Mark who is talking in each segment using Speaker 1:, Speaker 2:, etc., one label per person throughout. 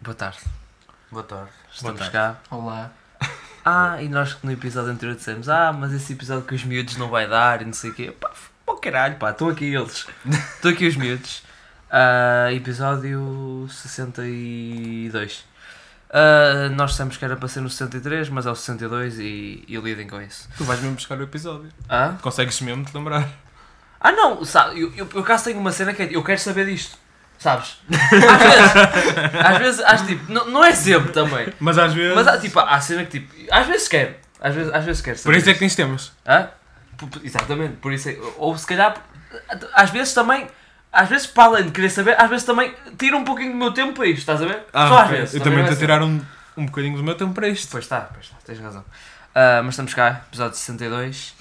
Speaker 1: Boa tarde.
Speaker 2: Boa tarde.
Speaker 1: Estamos
Speaker 3: tarde.
Speaker 1: cá.
Speaker 2: Olá.
Speaker 1: Ah, e nós no episódio anterior dissemos: Ah, mas esse episódio que os miúdos não vai dar e não sei o quê. Pá, f- pô, caralho, pá, estão aqui eles. Estão aqui os miúdos. Ah, episódio 62. Ah, nós dissemos que era para ser no 63, mas é o 62 e, e lidem com isso.
Speaker 3: Tu vais mesmo buscar o episódio.
Speaker 1: Ah,
Speaker 3: Consegues mesmo te lembrar.
Speaker 1: ah não, sabe, eu, eu, eu caso tenho uma cena que é, eu quero saber disto. Sabes? Às vezes, às vezes, acho tipo, não, não é sempre também.
Speaker 3: Mas às vezes.
Speaker 1: Mas há, tipo, há cena que tipo, às vezes quero, às vezes, às vezes quero.
Speaker 3: Por
Speaker 1: saber
Speaker 3: isso é que tens temas.
Speaker 1: Hã? Por- por- Exatamente, por isso é, ou se calhar, às vezes também, às vezes para além de querer saber, às vezes também tira um pouquinho do meu tempo para isto, estás a ver?
Speaker 2: Ah,
Speaker 1: Só às
Speaker 3: Ah, ok.
Speaker 1: vezes.
Speaker 3: Eu também
Speaker 1: não é
Speaker 3: estou a
Speaker 1: sempre.
Speaker 3: tirar um, um bocadinho do meu tempo para isto.
Speaker 1: Pois está, pois está, tens razão. Ah, mas estamos cá, episódio 62,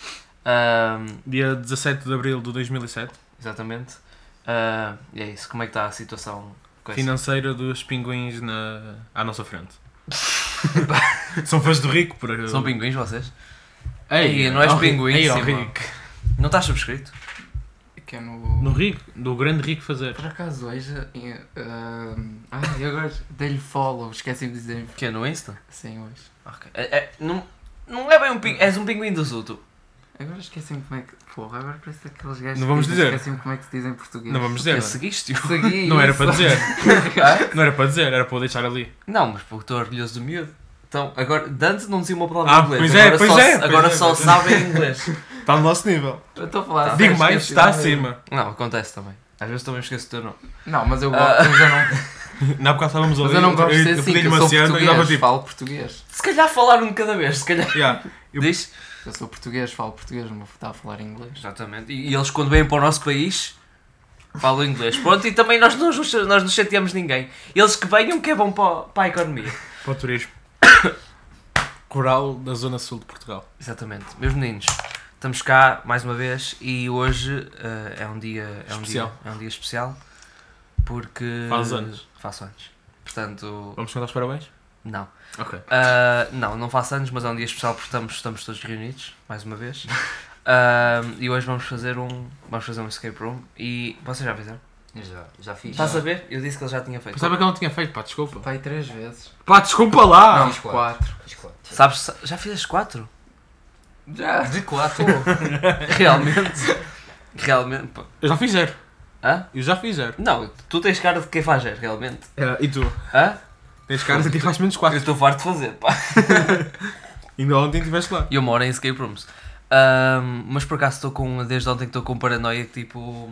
Speaker 1: ah,
Speaker 3: Dia 17 de abril de 2007.
Speaker 1: exatamente. Ah, e é isso, como é que está a situação com isso?
Speaker 3: Financeira dos pinguins na... à nossa frente. São fãs do Rico, por
Speaker 1: São pinguins vocês?
Speaker 3: Ei,
Speaker 1: Ei, não és
Speaker 3: ó,
Speaker 1: pinguim,
Speaker 3: Ei, ó,
Speaker 1: sim, mano.
Speaker 3: Rico.
Speaker 1: Não estás subscrito?
Speaker 2: Que é no...
Speaker 3: No Rico, do grande Rico fazer.
Speaker 2: Por acaso hoje. em- ahm, Ai, eu agora dei-lhe follow, esqueci-me de dizer
Speaker 1: Que é no Insta?
Speaker 2: sim hoje.
Speaker 1: Ok. É- é- não, não é bem um pinguim, és um pinguim do Zuto.
Speaker 2: Agora esqueci-me como é que. Porra, agora parece aqueles gajos.
Speaker 3: Não vamos
Speaker 2: que-
Speaker 3: dizer.
Speaker 2: Esqueci-me como é que se diz em português.
Speaker 3: Não vamos dizer.
Speaker 1: Porque
Speaker 3: não é?
Speaker 1: seguiste
Speaker 2: Segui
Speaker 3: Não era
Speaker 2: isso.
Speaker 3: para dizer. Não era para dizer, era para eu deixar ali.
Speaker 1: é. Não, mas porque estou orgulhoso do miúdo. Então, agora, Dante não dizia uma palavra
Speaker 3: Ah,
Speaker 1: em inglês.
Speaker 3: pois é,
Speaker 1: agora
Speaker 3: pois
Speaker 1: só,
Speaker 3: é, pois
Speaker 1: agora
Speaker 3: é,
Speaker 1: só
Speaker 3: pois é.
Speaker 1: sabe em inglês.
Speaker 3: Está no nosso nível.
Speaker 2: Eu estou a falar.
Speaker 3: Tá. Digo mais,
Speaker 2: esqueci-me.
Speaker 3: está acima.
Speaker 1: Não, acontece também. Às vezes também me esqueço do teu nome.
Speaker 2: Não, mas eu,
Speaker 1: Ah.
Speaker 2: eu já não,
Speaker 3: Na época estávamos ali.
Speaker 2: mas eu não gosto de
Speaker 3: eu-
Speaker 2: ser
Speaker 3: eu
Speaker 2: assim.
Speaker 3: pedi-lhe
Speaker 2: que Eu
Speaker 3: uma
Speaker 2: sou
Speaker 3: cena e
Speaker 2: português,
Speaker 3: dava tipo,
Speaker 2: falo português.
Speaker 1: Se calhar falar um de cada vez, se calhar.
Speaker 3: yeah. Eu-
Speaker 1: Diz?
Speaker 2: Eu sou português, falo português, não vou estar a falar inglês.
Speaker 1: Exatamente. E, e eles, quando vêm para o nosso país, falam inglês. Pronto, e também nós não nos, nós não chateamos ninguém. Eles que venham, que é bom para, para a economia.
Speaker 3: Para o turismo. Coral da Zona Sul de Portugal.
Speaker 1: Exatamente. Meus meninos, estamos cá mais uma vez e hoje eh, é um dia é um
Speaker 3: Especial.
Speaker 1: Dia, é um dia especial porque
Speaker 3: Fazes anos.
Speaker 1: Faço anos. Portanto,
Speaker 3: Vamos cantar os parabéns?
Speaker 1: não.
Speaker 3: Ok.
Speaker 1: Ah, não, não faço anos, mas é um dia especial porque estamos, estamos todos reunidos, mais uma vez. Ah, e hoje vamos fazer um. Vamos fazer um escape room e vocês já fizeram?
Speaker 4: Já, já fiz.
Speaker 1: Estás a ver? Eu disse que ele já tinha feito.
Speaker 3: Pensava que eu não tinha feito, pá, desculpa.
Speaker 2: Pai, três vezes.
Speaker 3: Pá, desculpa lá!
Speaker 2: não,
Speaker 4: fiz
Speaker 2: quatro.
Speaker 4: Fiz quatro.
Speaker 1: Sabes, sa- já fizes quatro?
Speaker 2: Já.
Speaker 4: De quatro?
Speaker 1: Realmente? Realmente? pá.
Speaker 3: Eu já fiz zero.
Speaker 1: Hã?
Speaker 3: Eu já fiz zero.
Speaker 1: Não, tu tens cara de quem faz é, realmente.
Speaker 3: e tu?
Speaker 1: Hã?
Speaker 3: Tens cara de quem faz menos
Speaker 1: Eu
Speaker 3: 4.
Speaker 1: estou farto de fazer, pá.
Speaker 3: Ainda ontem estiveste lá.
Speaker 1: E eu moro em escape rooms. Ahm, mas por acaso estou com. Desde ontem que estou com um paranoia que tipo.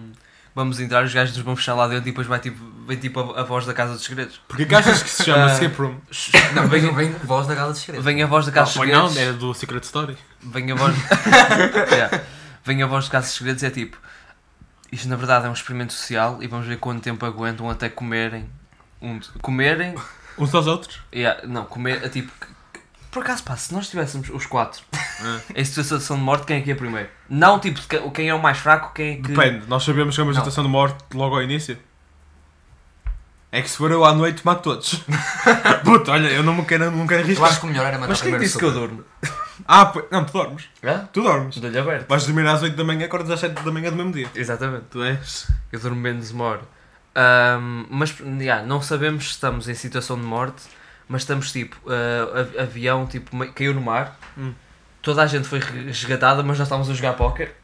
Speaker 1: Vamos entrar, os gajos nos vão fechar lá dentro e depois vai tipo. Vem tipo a, a voz da Casa dos Segredos.
Speaker 3: Porquê que achas que se chama
Speaker 1: Ah.
Speaker 3: Escape Room?
Speaker 4: Não, vem, vem voz da Gala de Segredo.
Speaker 1: Vem a voz da Casa dos
Speaker 3: Pois não, né?
Speaker 1: Segredos.
Speaker 3: era do Secret Story.
Speaker 1: Vem a voz. Yeah. Vem a voz da Casa dos Segredos e é tipo. Isto na verdade é um experimento social e vamos ver quanto tempo aguentam até comerem. Um, comerem.
Speaker 3: Uns aos outros.
Speaker 1: Yeah, não, comer. É tipo. que- Por acaso, pá, se nós estivéssemos os quatro
Speaker 3: Ah.
Speaker 1: em situação de morte, quem é que é primeiro? Não, tipo, que- quem é o mais fraco, quem é que.
Speaker 3: Depende, nós sabemos que é uma
Speaker 2: Não.
Speaker 3: agitação de morte logo ao início. É que se for eu à noite, mato todos. Puta, olha, eu não me quero, não me quero
Speaker 4: Eu
Speaker 3: arriscar.
Speaker 4: acho que o melhor era matar
Speaker 1: Mas quem é que
Speaker 4: primeiro
Speaker 1: disse que eu durmo? É?
Speaker 3: Ah, pois- não, tu dormes. Tu dormes.
Speaker 1: Dou-lhe aberto.
Speaker 3: Vais dormir às 8 da manhã, acordas às 7 da manhã do mesmo dia.
Speaker 1: Exatamente.
Speaker 3: Tu és.
Speaker 1: Eu durmo menos uma hora. Ahm, mas já, não sabemos se estamos em situação de morte, mas estamos tipo, ah, av- avião tipo, meio- caiu no mar.
Speaker 3: Hum.
Speaker 1: Toda a gente foi resgatada, mas nós estávamos a jogar póquer.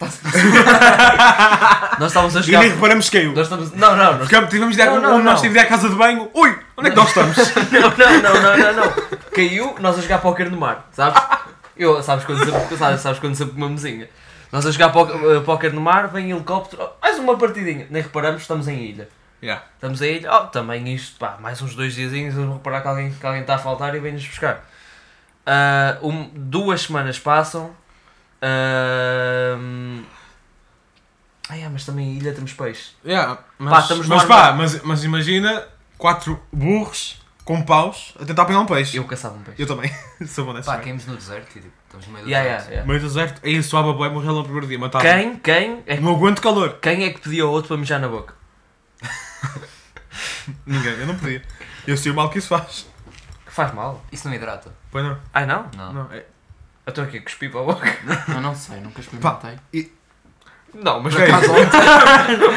Speaker 1: nós estávamos a
Speaker 3: E nem
Speaker 1: jogar.
Speaker 3: reparamos que caiu.
Speaker 1: Nós estamos... Não, não, nós...
Speaker 3: Ficamos, tivemos de ir,
Speaker 1: Não,
Speaker 3: não,
Speaker 1: não,
Speaker 3: nós
Speaker 1: não.
Speaker 3: tivemos de ir à casa de banho. Ui, onde é que nós estamos?
Speaker 1: não, não, não, não, não, não. Caiu, nós a jogar póquer no mar, sabes? Eu, sabes quando sempre, sabes, sabes quando sempre uma mesinha. Nós a jogar póquer, ah, póquer no mar, vem helicóptero, oh, mais uma partidinha. Nem reparamos, estamos em ilha.
Speaker 3: yeah.
Speaker 1: Estamos a ilha. Oh, também isto, pá, mais uns dois diazinhos, vamos reparar que alguém, que alguém está a faltar e vem-nos buscar. Ah, um- duas semanas passam. ah, hum. Ah, é, mas também em ilha temos peixe.
Speaker 3: Yeah, mas,
Speaker 1: Pá, estamos
Speaker 3: mas
Speaker 1: no
Speaker 3: pá,
Speaker 1: ar-
Speaker 3: mas, mas imagina quatro burros com paus a tentar apanhar um peixe.
Speaker 1: Eu caçava um peixe.
Speaker 3: Eu também. Sou bom nessa.
Speaker 4: Pá, caímos no deserto e tipo, estamos no meio do
Speaker 1: Yeah, yeah,
Speaker 4: deserto.
Speaker 1: yeah.
Speaker 3: Meio deserto, aí suava bem, morreu no primeiro dia, matava.
Speaker 1: Quem, quem, é,
Speaker 3: Não aguento calor.
Speaker 1: quem é que pediu ao outro para mijar na boca?
Speaker 3: Ninguém, eu não podia. Eu sei o mal que isso faz.
Speaker 1: Que faz mal.
Speaker 4: Isso não hidrata.
Speaker 3: Pois não.
Speaker 1: Ai não?
Speaker 4: Não.
Speaker 3: não é-
Speaker 1: Eu estou aqui a cuspir para a boca.
Speaker 2: Eu não sei, nunca experimentei.
Speaker 1: Não, mas
Speaker 3: Por acaso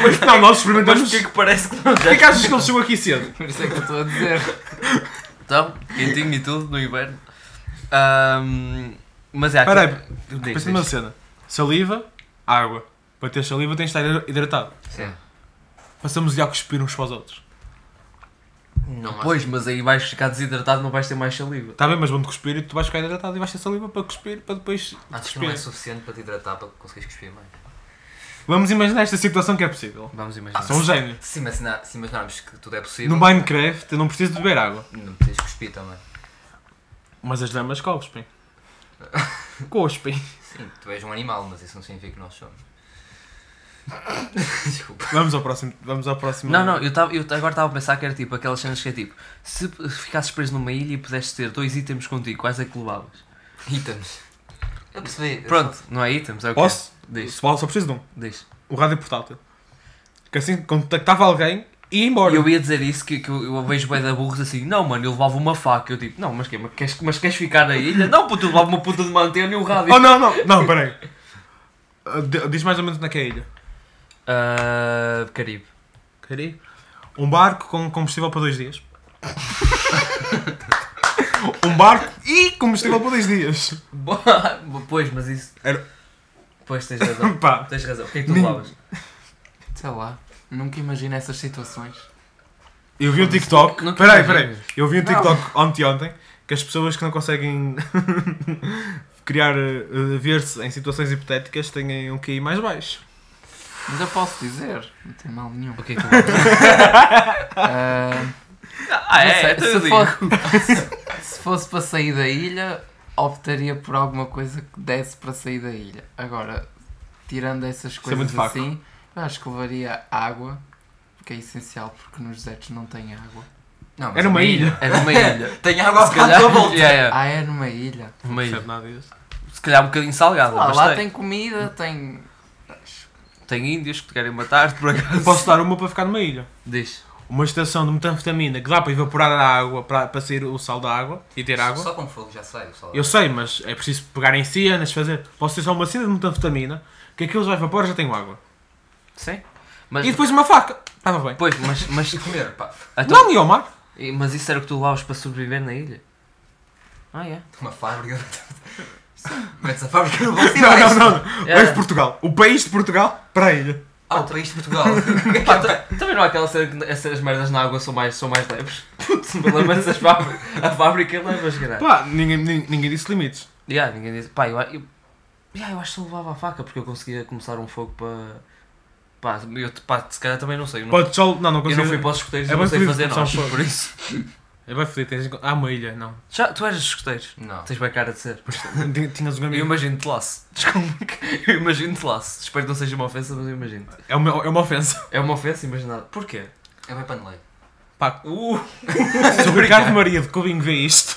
Speaker 3: Mas não, nós
Speaker 1: Mas
Speaker 3: experimentamos.
Speaker 1: porquê
Speaker 3: Por
Speaker 1: que parece que não
Speaker 3: que é
Speaker 1: já
Speaker 3: que achas que ele chegou aqui cedo?
Speaker 2: Por isso é que eu estou a dizer.
Speaker 1: estão? Então, Quentinho e tudo, no inverno. Ahm, mas é aqui.
Speaker 3: Peraí,
Speaker 1: Diz, diz.
Speaker 3: Pensa numa cena: saliva, água. Para ter saliva tens de estar hidratado.
Speaker 4: Sim.
Speaker 3: Passamos já a cuspir uns para os outros.
Speaker 4: Não
Speaker 1: Pois, mas aí vais ficar desidratado, não vais ter mais saliva.
Speaker 3: Está Tá bem, mas vão-te cuspir e tu vais ficar hidratado e vais ter saliva para cuspir para depois.
Speaker 4: Acho que não é suficiente para te hidratar para conseguires cuspir mais.
Speaker 3: Vamos imaginar esta situação que é possível.
Speaker 1: Vamos imaginar.
Speaker 3: Sou um gênio.
Speaker 4: Se, imagina, se imaginarmos que tudo é possível,
Speaker 3: No Minecraft eu não preciso de beber água,
Speaker 4: não precisas cuspir também.
Speaker 3: mas as lamas cospem. Cospem.
Speaker 4: Sim, tu és um animal, mas isso não significa que nós somos. Desculpa.
Speaker 3: Vamos ao próximo. Vamos ao próximo.
Speaker 1: Não, não, eu, tava, eu agora estava a pensar que era tipo aquelas cenas que é tipo: se p- ficasses preso numa ilha e pudesses ter dois itens contigo, quais é que levavas?
Speaker 4: Itens. Eu percebi. eu
Speaker 1: Pronto, não é itens, é o quê?
Speaker 3: Posso?
Speaker 1: Diz,
Speaker 3: Só só preciso de um.
Speaker 1: diz.
Speaker 3: O rádio portátil. Que assim contactava alguém e ia embora.
Speaker 1: E eu ia dizer isso, que, que eu, eu vejo bem da burros assim: não, mano, eu levava uma faca. Eu tipo: não, mas, quê, mas, queres, mas queres ficar na ilha? Não, puto, eu levava uma puta de mantena e um rádio.
Speaker 3: Oh não, não, não, peraí. Ah, d- Diz mais ou menos naquela ilha.
Speaker 1: Ah, Caribe.
Speaker 3: Caribe. Um barco com combustível para dois dias. um barco e combustível para dois dias.
Speaker 1: Boa, pois, mas isso.
Speaker 3: Era-
Speaker 1: Pois tens razão.
Speaker 3: Pá.
Speaker 1: Tens razão. O que é que tu
Speaker 3: Nem-
Speaker 1: levavas?
Speaker 2: Sei lá. Nunca imagino essas situações.
Speaker 3: Eu vi um TikTok.
Speaker 1: Nunca
Speaker 3: Peraí,
Speaker 1: imaginei.
Speaker 3: peraí. Eu vi um
Speaker 2: Não.
Speaker 3: TikTok ontem ontem que as pessoas que não conseguem criar, eh, eh, ver-se em situações hipotéticas têm um QI mais baixo.
Speaker 2: Mas eu posso dizer. Não tem mal nenhum.
Speaker 1: O que é que levavas?
Speaker 2: Ah,
Speaker 1: Ah,
Speaker 2: não sei,
Speaker 1: é, então eu
Speaker 2: se,
Speaker 1: digo.
Speaker 2: fosse, se fosse para sair da ilha, optaria por alguma coisa que desse para sair da ilha. Agora, tirando essas
Speaker 3: é muito
Speaker 2: coisas
Speaker 3: fraco.
Speaker 2: assim, eu acho que levaria água, que é essencial porque nos desertos não tem água.
Speaker 4: só- Não, mas
Speaker 3: Era uma ilha.
Speaker 1: É numa ilha.
Speaker 4: Tem água a
Speaker 1: Se calhar.
Speaker 4: ficar à volta.
Speaker 1: Yeah, yeah.
Speaker 2: Ah, é numa ilha.
Speaker 3: Ah,
Speaker 1: Uma ilha.
Speaker 3: Percebe nada disso.
Speaker 1: Se calhar um bocadinho salgada,
Speaker 2: Lá,
Speaker 1: mas
Speaker 2: lá
Speaker 1: tem.
Speaker 2: tem comida, tem.
Speaker 1: Tem índios que te querem matar, por acaso.
Speaker 3: Eu posso dar uma para ficar numa ilha.
Speaker 1: Diz.
Speaker 3: uma estação de metanfetamina que dá para evaporar a água, para, para sair o sal da água e ter água.
Speaker 4: Só com fogo já sai o sal.
Speaker 3: Eu sei, mas é preciso pegar em cenas, fazer. Posso ter só uma cena de metanfetamina que aquilo já evapora e já tenho água.
Speaker 1: Sim. Mas,
Speaker 3: E depois uma faca. Estava bem.
Speaker 1: Pois, mas, mas,
Speaker 4: E comer, pá.
Speaker 1: então-
Speaker 3: Não, e ao mar?
Speaker 1: e- mas isso era o que tu levavas para sobreviver na ilha? Ah, é?
Speaker 4: Uma fábrica. Metes a fábrica no bolso e
Speaker 3: Não,
Speaker 4: vais.
Speaker 3: não, não.
Speaker 1: Era.
Speaker 3: Vais de Portugal. O país de Portugal para a ilha.
Speaker 4: Ah, o país de Portugal.
Speaker 1: Pá, ta- também não há aquela cena que essas merdas na água são mais, são mais leves. Putz, levas as fábricas. A fábrica levas, caralho.
Speaker 3: Pá, ninguém, ninguém, ninguém disse limites.
Speaker 1: Yeah, ninguém diz. Pá, eu, eu, yeah, eu acho que só levava a faca porque eu conseguia começar um fogo para. Pá, eu, pá, se calhar também não sei. Eu não,
Speaker 3: Pode só. Não, não
Speaker 1: eu
Speaker 3: consigo.
Speaker 1: não fui para os escuteiros,
Speaker 3: É
Speaker 1: eu não
Speaker 3: bem
Speaker 1: sei
Speaker 3: feliz
Speaker 1: fazer
Speaker 3: de começar
Speaker 1: nós,
Speaker 3: um fogo.
Speaker 1: por isso.
Speaker 3: É bem fodido. Tens... Ah, uma ilha, não.
Speaker 1: Já, tu eras dos escuteiros.
Speaker 4: Não.
Speaker 1: Tens bem cara de ser.
Speaker 3: Tinha- Tinhas um
Speaker 1: Eu
Speaker 3: amigo.
Speaker 1: imagino-te laço. Desculpa. que- Eu imagino-te laço. Espero que não seja uma ofensa, mas eu imagino.
Speaker 3: É uma, é uma ofensa.
Speaker 1: É uma ofensa, imaginar. Porquê?
Speaker 4: É bem paneleiro.
Speaker 3: Pá,
Speaker 1: Uh!
Speaker 3: se o Ricardo Maria de Cubinho vê isto.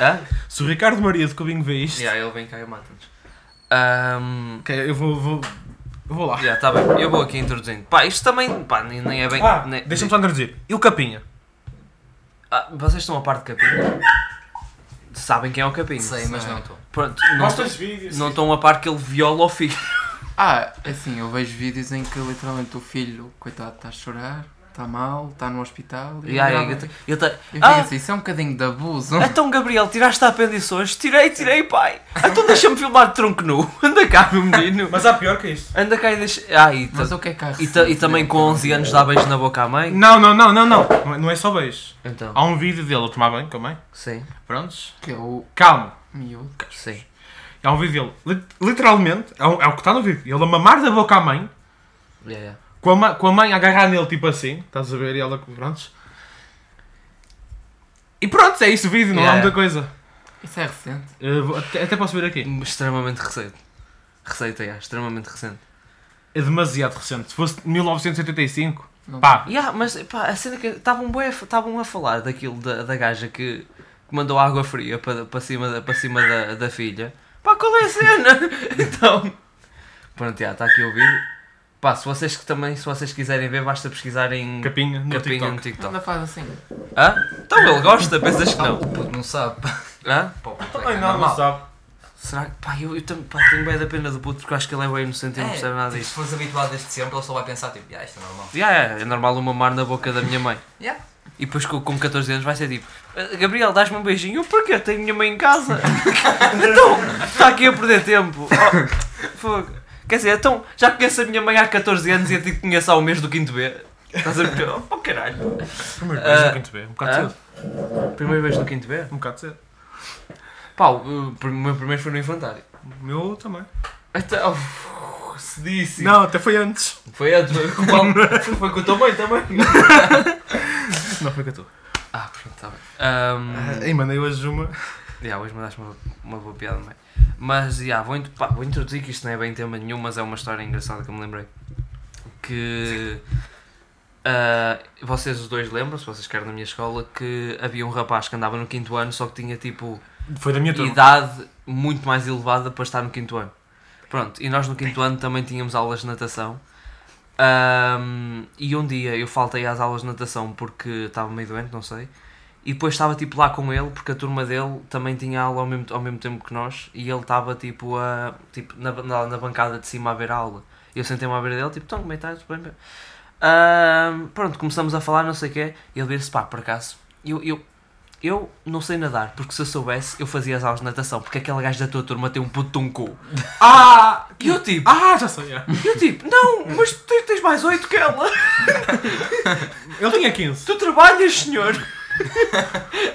Speaker 1: Hã?
Speaker 3: Se o Ricardo Maria de Cubinho vê isto.
Speaker 1: Yeah, ele vem cá e mata-nos. Ahm,
Speaker 3: Ok, eu vou. vou... Eu vou lá.
Speaker 1: Já, tá bem. Eu vou aqui introduzindo. Pá, isto também. Pá, nem, nem é bem.
Speaker 3: Ah,
Speaker 1: nem-
Speaker 3: deixa-me só introduzir. E o Capinha?
Speaker 1: Ah, vocês estão a par de Capinho? Sabem quem é o Capinho?
Speaker 4: Sei, mas não estou.
Speaker 1: Pronto, não estão-
Speaker 3: vídeos?
Speaker 1: não estão a par que ele viola o filho.
Speaker 2: Ah, assim, eu vejo vídeos em que literalmente o filho, coitado, está a chorar, está mal, está no hospital. E
Speaker 1: Yeah,
Speaker 2: grava.
Speaker 1: yeah, ele tá- ele tá-
Speaker 2: Eu
Speaker 1: Ah!
Speaker 2: fico assim, isso é um bocadinho de abuso.
Speaker 1: Então, Gabriel, tiraste a apêndice hoje? Tirei, tirei, pai. Então deixa-me filmar de tronco nu. Anda cá, meu menino.
Speaker 3: Mas há pior que isto.
Speaker 1: Anda cá e deixa. Ah, e, ta-
Speaker 2: Mas o que é que há
Speaker 1: e, ta- e também com 11 anos dá beijo na boca à mãe?
Speaker 3: Não, não, não, não, não. Não é só beijo.
Speaker 1: Então,
Speaker 3: Há um vídeo dele a tomar banho com a mãe.
Speaker 1: sim,
Speaker 3: Prontos?
Speaker 2: Que é o
Speaker 3: Calma.
Speaker 2: miúdo.
Speaker 1: sim.
Speaker 3: Há um vídeo dele, lit- literalmente, é o, é o que está no vídeo. Ele a mamar da boca à mãe,
Speaker 1: Yeah, yeah.
Speaker 3: com a, ma- com a mãe a agarrar nele tipo assim. Estás a ver? E ela, prontos? E pronto, é isso o vídeo, não
Speaker 1: Yeah.
Speaker 3: há muita coisa.
Speaker 2: Isso é recente.
Speaker 3: Eu vou- até, até posso ver aqui.
Speaker 1: Extremamente recente. Receita, yeah, extremamente recente.
Speaker 3: É demasiado recente. Se fosse 1985,
Speaker 2: Não-
Speaker 3: pá,
Speaker 1: Yeah, mas pá, a cena é que. Estavam bué a f- estavam a falar daquilo da, da gaja que, que mandou água fria para, para cima, da, para cima da, da filha. Pá, qual é a cena? então. Pronto, já, está aqui o vídeo. Pá, se vocês que também, se vocês quiserem ver, basta pesquisarem
Speaker 3: capinha no
Speaker 1: Capinha
Speaker 3: TikTok.
Speaker 1: é no TikTok.
Speaker 2: Ainda faz assim.
Speaker 1: Hã? Então ele gosta, pensas que
Speaker 4: Ah,
Speaker 1: não?
Speaker 4: o puto não sabe. pá.
Speaker 1: Hã?
Speaker 4: Pá, o puto é que
Speaker 3: Também
Speaker 4: é
Speaker 3: não,
Speaker 4: normal.
Speaker 3: não sabe.
Speaker 1: Será que. Pá, eu, eu tam- pá, tenho bem da pena do puto porque eu acho que ele é bem inocente e não percebe nada
Speaker 4: tipo, Se
Speaker 1: disso.
Speaker 4: fores habituado desde sempre, ele só vai pensar, tipo, "Ya, isto é normal.
Speaker 1: Ya, ya, é normal uma mar na boca da minha mãe.
Speaker 4: Ya.
Speaker 1: E depois com, com 14 anos vai ser tipo: "Ah, Gabriel, dás-me um beijinho? Eu, Porquê? Eu Tenho minha mãe em casa. então, está aqui a perder tempo. Oh, fogo. Quer dizer, então, já conheço a minha mãe há 14 anos e eu te conheço há um mês do 5 B. Estás a ver? Oh, pá, caralho. beijo
Speaker 3: Primeiro beijo
Speaker 1: no
Speaker 3: uh, quinto B. Um
Speaker 1: bocado
Speaker 3: bocado
Speaker 1: cedo.
Speaker 3: cedo.
Speaker 1: Primeiro beijo do 5 B?
Speaker 3: Um bocado cedo.
Speaker 1: Pá, o, o meu primeiro foi no infantário.
Speaker 3: O meu também.
Speaker 1: Então, oh, cedíssimo.
Speaker 3: Não, até foi antes.
Speaker 1: Foi antes, foi com, o Paulo- foi com a tua mãe também.
Speaker 3: Não foi com a tua.
Speaker 1: Ah, pronto, está bem. Ahm,
Speaker 3: Ah, e mandei hoje uma.
Speaker 1: yeah, hoje mandaste uma, uma boa piada, mãe. Mas, yeah, vou, int- pá, vou introduzir que isto não é bem tema nenhum, mas é uma história engraçada que eu me lembrei. Que. ah, vocês os dois lembram, se vocês querem, na minha escola, que havia um rapaz que andava no quinto ano, só que tinha tipo
Speaker 3: Foi da minha turma.
Speaker 1: idade muito mais elevada para estar no quinto ano. Pronto, e nós no quinto ano também tínhamos aulas de natação. Ahm, e um dia eu faltei às aulas de natação porque estava meio doente, não sei. E depois estava tipo lá com ele, porque a turma dele também tinha aula ao mesmo, ao mesmo tempo que nós. E ele estava tipo, a, tipo na, na, na bancada de cima a ver a aula. E eu sentei-me à beira dele, tipo, então como é que estás? Tudo bem, bem?" Ahm, pronto, começamos a falar, não sei o quê. E ele disse, pá, por acaso, eu, eu, eu não sei nadar, porque se eu soubesse, eu fazia as aulas de natação, porque aquele gajo da tua turma tem um puto de um cu. ah! E eu tipo,
Speaker 3: Ah, já sei. já.
Speaker 1: e eu tipo, não, mas tu tens- tens mais oito que ela.
Speaker 3: Ele tinha 15.
Speaker 1: Tu trabalhas, senhor.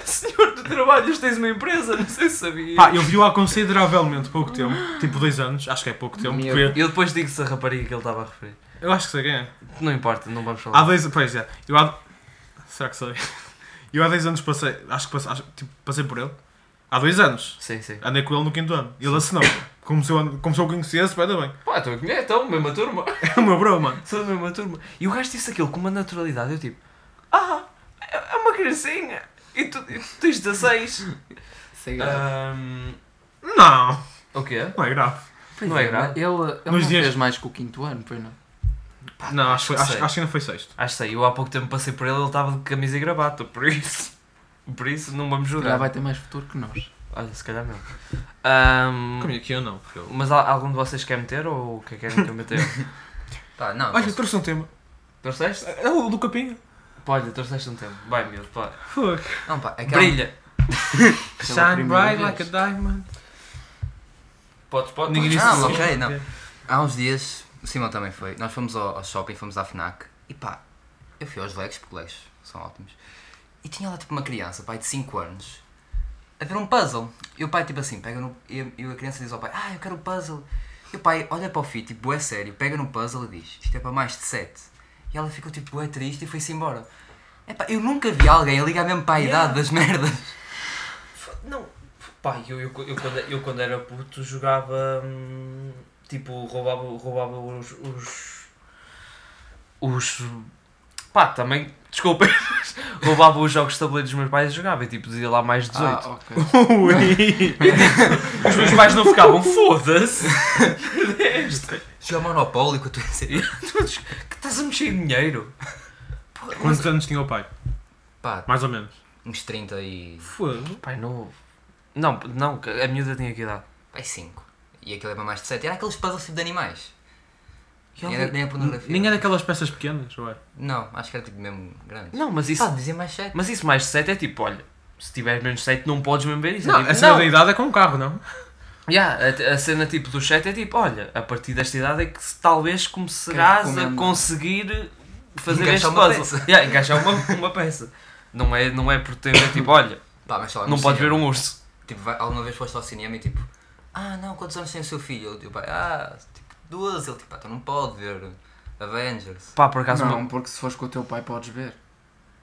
Speaker 1: senhor, tu trabalhas, tens uma empresa, não sei se sabia.
Speaker 3: Pá, eu vi-o há consideravelmente pouco tempo. Tipo dois anos. Acho que é pouco tempo.
Speaker 2: Meu.
Speaker 3: porque
Speaker 1: Eu depois digo-se a rapariga que ele estava a referir.
Speaker 3: Eu acho que sei quem é.
Speaker 1: Não importa, não vamos
Speaker 3: Há
Speaker 1: falar.
Speaker 3: dois Pois é. Eu há. Será que sei? Eu há 10 anos passei. Acho que passei, acho- tipo, passei por ele. Há dois anos.
Speaker 1: Sim, sim.
Speaker 3: Andei com ele no quinto ano. Ele assinou. Como se eu, como se eu conhecesse, vai dar bem.
Speaker 1: Pá, estou a conhecer, então, mesma turma.
Speaker 3: É o meu bro, mano.
Speaker 1: Sou da mesma turma. E o gajo disse aquilo com uma naturalidade. Eu tipo, ah, é é uma criancinha. E tu, e tu tens 16.
Speaker 2: Sei lá.
Speaker 1: Ahm,
Speaker 3: Não,
Speaker 1: o quê?
Speaker 3: não é grave.
Speaker 2: Pois
Speaker 1: não é
Speaker 2: mas
Speaker 1: grave.
Speaker 2: Ele, ele não
Speaker 3: Nos dias-
Speaker 2: fez mais que o quinto ano, pois não?
Speaker 3: Não, acho, que foi-
Speaker 1: que sei.
Speaker 3: acho, acho que ainda foi sexto.
Speaker 1: Acho que sei. Eu há pouco tempo passei por ele, ele estava de camisa e gravata. Por isso, por isso não vamos
Speaker 2: Já
Speaker 1: julgar.
Speaker 2: vai ter mais futuro que nós.
Speaker 1: Olha, se calhar mesmo. Ahm,
Speaker 3: Como é que eu não? Porque eu...
Speaker 1: mas al- algum de vocês quer meter ou o que é que querem que eu meter?
Speaker 4: Pá, não.
Speaker 3: Olha,
Speaker 4: posso-
Speaker 3: trouxe um tema.
Speaker 1: trouxeste?
Speaker 3: É o do Capinha.
Speaker 1: Pá, olha, trouxeste um tempo. Vai, miúdo, pá.
Speaker 3: Fuck.
Speaker 4: Não, pá, é que há-
Speaker 1: Brilha.
Speaker 2: Pela primeira é vez. Ah,
Speaker 3: diamond.
Speaker 1: Podes, podes. Ah,
Speaker 3: Ninguém disse
Speaker 4: Não,
Speaker 3: isso.
Speaker 4: ok, não. Há uns dias, o Simão também foi, nós fomos ao, ao shopping, fomos à FNAC e pá, eu fui aos Legos, porque Legos são ótimos, e tinha lá tipo uma criança, pai de 5 anos, a ver um puzzle. E o pai tipo assim, pega no. E, e a criança diz ao pai, ah, eu quero o puzzle. E o pai olha para o filho, tipo, é sério, pega no puzzle e diz, isto é para mais de 7. E ela ficou tipo, é triste e foi-se embora. Epá, eu nunca vi alguém a ligar mesmo para a idade das merdas.
Speaker 1: Não, pá, eu, eu, eu, quando, eu quando era puto jogava. hum, Tipo, roubava, roubava os. Os. os pá, também. Desculpem. mas roubava os jogos de tabuleiro dos meus pais e jogava. E tipo, dizia lá mais 18.
Speaker 2: Ah, ok.
Speaker 3: Ui.
Speaker 1: Os meus pais não ficavam, foda-se!
Speaker 4: Chegou ao é monopólio que eu estou a dizer.
Speaker 1: Todos- que estás a mexer em dinheiro?
Speaker 3: Quantos anos tinha o pai?
Speaker 4: Pá,
Speaker 3: Mais ou menos.
Speaker 4: uns 30 e.
Speaker 3: Fogo.
Speaker 1: Pai novo. Não, não, a miúda tinha que idade.
Speaker 4: Pai 5. E aquele é para mais de 7. Era aqueles puzzles tipo de animais.
Speaker 1: E
Speaker 4: Nem
Speaker 1: ela-
Speaker 4: era, nem era pornografia.
Speaker 3: Nem é daquelas peças pequenas, ué.
Speaker 4: Não, acho que era tipo mesmo grande.
Speaker 1: Não, mas isso.
Speaker 4: Pá, dizia mais 7.
Speaker 1: Mas isso mais de 7 é tipo, olha, se tiveres menos de 7 não podes mesmo ver isso.
Speaker 3: Não,
Speaker 1: é tipo,
Speaker 3: essa da idade é com um carro, não?
Speaker 1: Yeah, a, a cena tipo do chat é tipo, olha, a partir desta idade é que se- talvez começarás a
Speaker 2: recomenda?
Speaker 1: conseguir fazer
Speaker 4: Encaixar
Speaker 1: este
Speaker 4: uma
Speaker 1: puzzle.
Speaker 4: peça.
Speaker 1: Yeah, encaixar uma, uma peça. Não é, não é por ter é tipo, olha,
Speaker 4: Pá, mas sei é lá, no
Speaker 1: não podes ver
Speaker 4: cinema.
Speaker 1: um urso.
Speaker 4: Tipo, vai- alguma vez foste ao cinema e tipo, ah não, quantos anos tem o seu filho? Ele tipo, ah, tipo, 12. Ele tipo, ah, tu não pode ver Avengers.
Speaker 1: Pá, por acaso.
Speaker 2: Não,
Speaker 1: Não.
Speaker 2: porque se fores com o teu pai podes ver.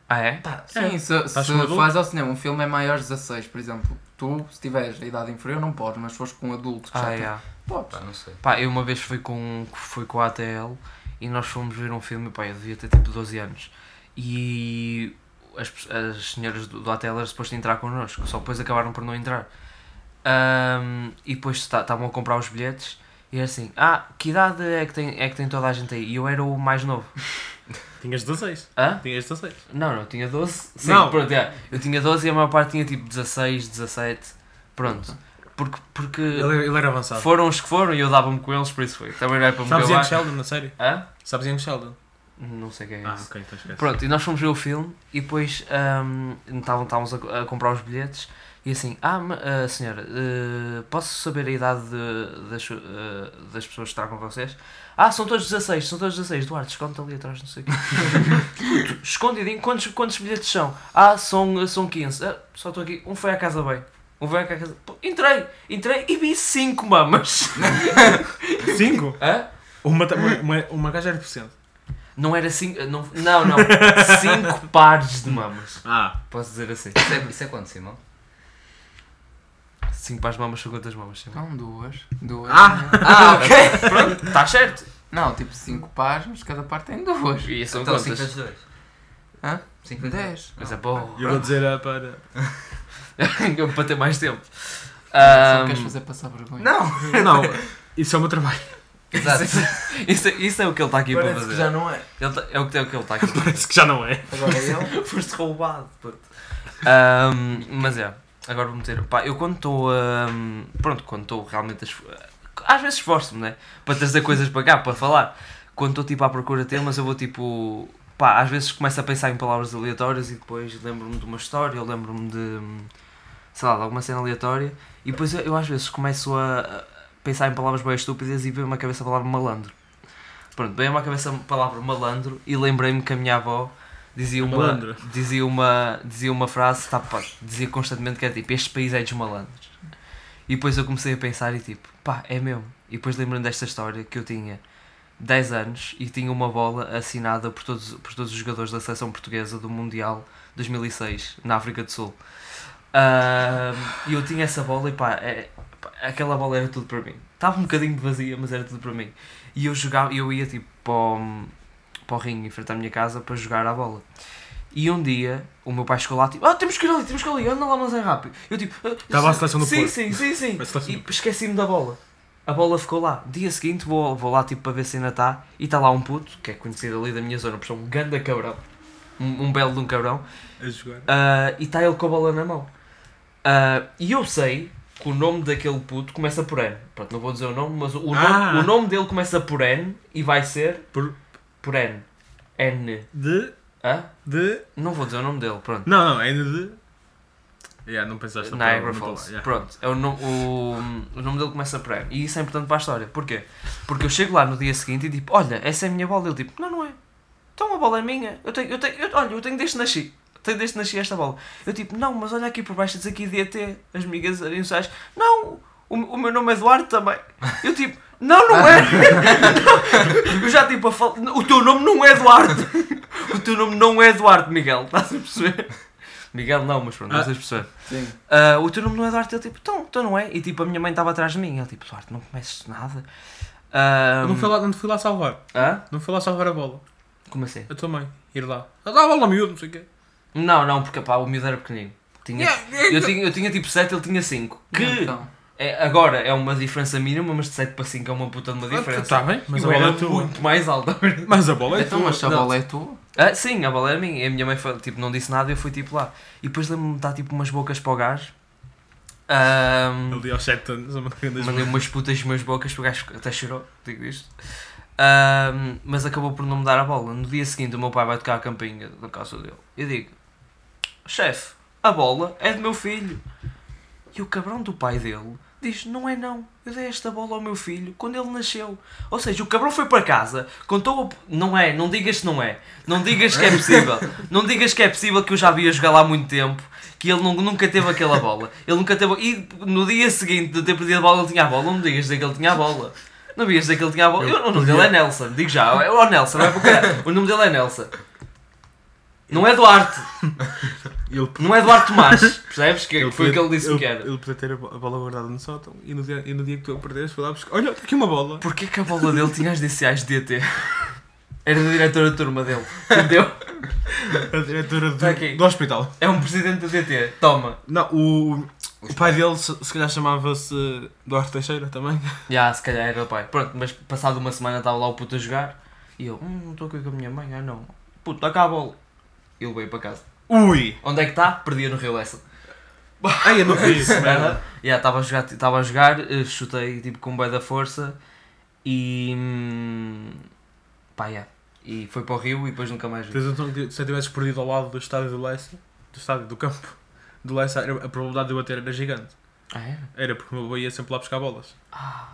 Speaker 1: Ah é?
Speaker 4: Pá,
Speaker 2: Sim, se,
Speaker 3: Estás
Speaker 2: se
Speaker 3: com um adulto?
Speaker 2: faz ao cinema um filme é maior de 16, por exemplo. Tu, se tiveres a idade inferior, não podes, mas se fores com um adulto que já
Speaker 1: Ah,
Speaker 2: tem-
Speaker 1: yeah.
Speaker 2: podes.
Speaker 4: pá, não sei.
Speaker 1: Pá, eu uma vez fui com, fui com a ATL e nós fomos ver um filme, pá, eu devia ter tipo 12 anos. E as, pe- as senhoras do, do ATL eram suposto entrar connosco, só depois acabaram por não entrar. Ahm, e depois está- estavam a comprar os bilhetes e era assim: Ah, que idade é que, tem, é que tem toda a gente aí? E eu era o mais novo.
Speaker 3: Tinhas 16.
Speaker 1: Hã?
Speaker 3: Tinhas 16.
Speaker 1: Não, não, eu tinha 12. Sim,
Speaker 3: Não.
Speaker 1: pronto, é. Eu tinha 12 e a maior parte tinha tipo 16, 17. Pronto. Porque, porque
Speaker 3: Ele, é ele era avançado.
Speaker 1: foram os que foram e eu dava-me com eles, por isso foi. Também não é para me
Speaker 3: Sabes Ian
Speaker 1: gabar.
Speaker 3: Sheldon, na série?
Speaker 1: Hã?
Speaker 3: Sabes Ian Sheldon?
Speaker 1: Não sei quem é
Speaker 3: Ah,
Speaker 1: esse.
Speaker 3: ok, então esquece.
Speaker 1: Pronto, e nós fomos ver o filme e depois ahm, estavam- estávamos a, a comprar os bilhetes e assim, ah, ma- ah, senhora, eh, posso saber a idade de- das, su- eh, das pessoas que estavam com vocês? Ah, são todos 16, são todos 16, Duarte, esconde ali atrás, não sei o quê. Puto, Escondidinho, quantos, quantos bilhetes são? Ah, são, são 15. Ah, só estou aqui, um foi à casa bem. Um foi à casa. Pô, entrei, entrei e vi 5 mamas.
Speaker 3: Cinco?
Speaker 1: Hã?
Speaker 3: Uma, ta- uma, uma, uma gaja era porcento.
Speaker 1: Não era 5, não, não, não, 5 pares de mamas.
Speaker 3: Ah.
Speaker 1: Posso dizer assim.
Speaker 4: Isso é, isso é quanto, Simão?
Speaker 1: 5 pares de mamas são quantas mamas? Simão?
Speaker 2: Não, Então, duas. Duas.
Speaker 3: Ah!
Speaker 1: Ah, ok! Pronto, está certo!
Speaker 2: Não, tipo cinco pares, mas cada par tem duas.
Speaker 1: E são
Speaker 4: então 5 vezes
Speaker 1: quantas?
Speaker 4: 2.
Speaker 2: Hã?
Speaker 4: 5 vezes 10.
Speaker 2: Dez.
Speaker 1: assim, Mas é bom.
Speaker 3: Eu vou dizer ah, para.
Speaker 1: para ter mais tempo.
Speaker 2: Só
Speaker 1: Ahm,
Speaker 2: queres fazer passar vergonha.
Speaker 4: Não!
Speaker 3: Não, isso é o meu trabalho.
Speaker 4: Exato.
Speaker 1: isso, é- isso é o que ele está aqui para
Speaker 2: Parece
Speaker 1: fazer.
Speaker 2: que já não é.
Speaker 1: Ele tá- é o que é o que ele está aqui para
Speaker 3: Parece que já não é.
Speaker 2: Agora ele.
Speaker 1: Foste roubado, puto. Ahm, mas é, agora vou meter. Pá, eu quando estou. ahm, pronto, quando estou realmente. a esfor- Às vezes esforço-me, né? Para trazer coisas para cá, para falar. Quando estou tipo à procura de temas, eu vou tipo. Pá, às vezes começo a pensar em palavras aleatórias e depois lembro-me de uma história, eu lembro-me de. hum, sei lá, de alguma cena aleatória. E depois eu, eu às vezes começo a a pensar em palavras bem estúpidas e veio-me à cabeça a palavra malandro. Pronto, veio-me à cabeça a palavra malandro e lembrei-me que a minha avó dizia uma,
Speaker 3: Malandro.
Speaker 1: dizia uma, dizia uma frase, tá, pá, dizia constantemente que era tipo, este país é dos malandros. E depois eu comecei a pensar e tipo, pá, é mesmo. E depois lembrando desta história que eu tinha 10 anos e tinha uma bola assinada por todos, por todos os jogadores da seleção portuguesa do Mundial 2006, na África do Sul. Ahm, E eu tinha essa bola e pá, é- pá, aquela bola era tudo para mim. Estava um bocadinho vazia, mas era tudo para mim. E eu jogava, eu ia tipo para o, para o ringue em frente à minha casa para jogar à bola. E um dia o meu pai chegou lá tipo, ah, temos que ir ali, temos que ir ali, anda lá, mas é rápido. Eu tipo, "Ah,
Speaker 3: Estava a seleção do
Speaker 1: sim,
Speaker 3: Porto."
Speaker 1: sim, sim, sim.
Speaker 3: A seleção do
Speaker 1: E esqueci-me da bola. A bola ficou lá. Dia seguinte vou, vou lá tipo para ver se ainda está. E está lá um puto, que é conhecido ali da minha zona, por ser um ganda cabrão. Um, um belo de um cabrão.
Speaker 3: A jogar.
Speaker 1: Ah, e está ele com a bola na mão. Ah, e eu sei que o nome daquele puto começa por N. Pronto, não vou dizer o nome, mas o, o
Speaker 3: Ah.
Speaker 1: nome, o nome dele começa por N e vai ser
Speaker 3: Por-
Speaker 1: por N. N.
Speaker 3: De.
Speaker 1: Hã?
Speaker 3: De.
Speaker 1: Não vou dizer o nome dele, pronto.
Speaker 3: Não, não, ainda de. Yeah, não pensaste na
Speaker 1: Niagara
Speaker 3: palavra, não tô lá,
Speaker 1: Falls.
Speaker 3: yeah.
Speaker 1: Pronto, é o, nome, o, o nome dele começa por M. E isso é importante para a história. Porquê? Porque eu chego lá no dia seguinte e tipo, olha, essa é a minha bola. Ele tipo, não, não é. Então a bola é minha. Eu tenho, eu tenho, eu- olha, eu tenho desde que nasci. Tenho desde que nasci esta bola. Eu tipo, não, mas olha aqui por baixo, diz aqui DT, as migas iniciais. Não, o, o meu nome é Eduardo também. Eu tipo, não, não é. eu já tipo a falar, o teu nome não é Eduardo. o teu nome não é Eduardo, Miguel. Estás a perceber? Miguel não, mas pronto,
Speaker 3: Ah.
Speaker 1: estás a perceber.
Speaker 2: Sim.
Speaker 1: Ah, o teu nome não é Duarte? Ele tipo, então, então não é? E tipo, a minha mãe estava atrás de mim. Ele tipo, Duarte, não comeces nada. Ah,
Speaker 3: Eu Não, fui lá, não fui lá salvar.
Speaker 1: Hã?
Speaker 3: Não fui lá salvar a bola.
Speaker 1: Como assim?
Speaker 3: A tua mãe. Ir lá. Ah, dá a bola ao miúdo, não sei o quê.
Speaker 1: Não, não, porque pá, o miúdo era pequenino. Tinha, eu,
Speaker 3: então-
Speaker 1: tinha, eu tinha tipo 7, ele tinha 5. Que
Speaker 2: Então,
Speaker 1: é- agora é uma diferença mínima, mas de 7 para 5 é uma puta de uma diferença.
Speaker 3: Está bem, Ah,
Speaker 1: mas
Speaker 3: mas a
Speaker 1: eu
Speaker 3: bola
Speaker 1: era
Speaker 3: é tua.
Speaker 1: muito mais alta.
Speaker 3: Mas a bola é
Speaker 2: então
Speaker 3: tua.
Speaker 2: mas se a
Speaker 1: não.
Speaker 2: bola é tua.
Speaker 1: Ah, sim, a bola era minha. E a minha mãe foi, tipo, não disse nada e eu fui tipo lá. E depois lembro-me de estar tipo umas bocas para o gajo. Ah, Ahm,
Speaker 3: Ali aos 7 anos, a mandar das
Speaker 1: Mandei umas putas umas bocas, o gajo até chorou, digo isto. Ahm, mas acabou por não me dar a bola. No dia seguinte, o meu pai vai tocar a campainha da casa dele. Eu digo: Chefe, a bola é do meu filho. E o cabrão do pai dele diz: Não é não, eu dei esta bola ao meu filho quando ele nasceu. Ou seja, o cabrão foi para casa, contou. a- Não é, não digas que não é. Não digas que é possível. Não digas que é possível que eu já vi a jogar lá há muito tempo. Que ele nun- nunca teve aquela bola. Ele nunca teve. E no dia seguinte de ter perdido a bola, ele tinha a bola. Não me digas dizer que ele tinha a bola. Não me digas dizer que ele tinha a bola. Eu- o nome dele é Nelson, digo já. É o Nelson, vai para o caralho. O nome dele é Nelson. Não é Duarte.
Speaker 3: Ele
Speaker 1: Não é Duarte Tomás. Percebes? é Que
Speaker 3: Ele
Speaker 1: foi o que
Speaker 3: podia-
Speaker 1: ele disse-me que era.
Speaker 3: Ele podia ter a bo- a bola guardada no sótão e no dia, e no dia que tu a perderes foi lá buscar. Olha, está aqui uma bola.
Speaker 1: Porquê que a bola dele tinha as DCAs de DT? Era da diretora da turma dele. Entendeu?
Speaker 3: A diretora do,
Speaker 1: Está Tá aqui.
Speaker 3: do hospital.
Speaker 1: É um presidente da DT. Toma.
Speaker 3: Não, o, o pai dele se, se calhar chamava-se Duarte Teixeira também.
Speaker 1: Já, se calhar era o pai. Pronto, mas passado uma semana estava lá o puto a jogar. E eu, hum, não estou aqui com a minha mãe. Ah, não. Puto, dá cá a bola. Ele veio para casa.
Speaker 3: Ui!
Speaker 1: Onde é que está? Perdia no Rio Lessa.
Speaker 3: Ai, eu não vi isso, merda.
Speaker 1: Estava a jogar, tava a jogar eh, chutei tipo, com o da força e. hum, pá, yeah. E foi para o Rio e depois nunca mais vi.
Speaker 3: Tens a noção que se eu tivesse perdido ao lado do estádio do Leicester, do estádio do campo do Leicester, a probabilidade de eu bater era gigante.
Speaker 1: Ah, é?
Speaker 3: Era porque o meu avô ia sempre lá buscar bolas.
Speaker 1: Ah,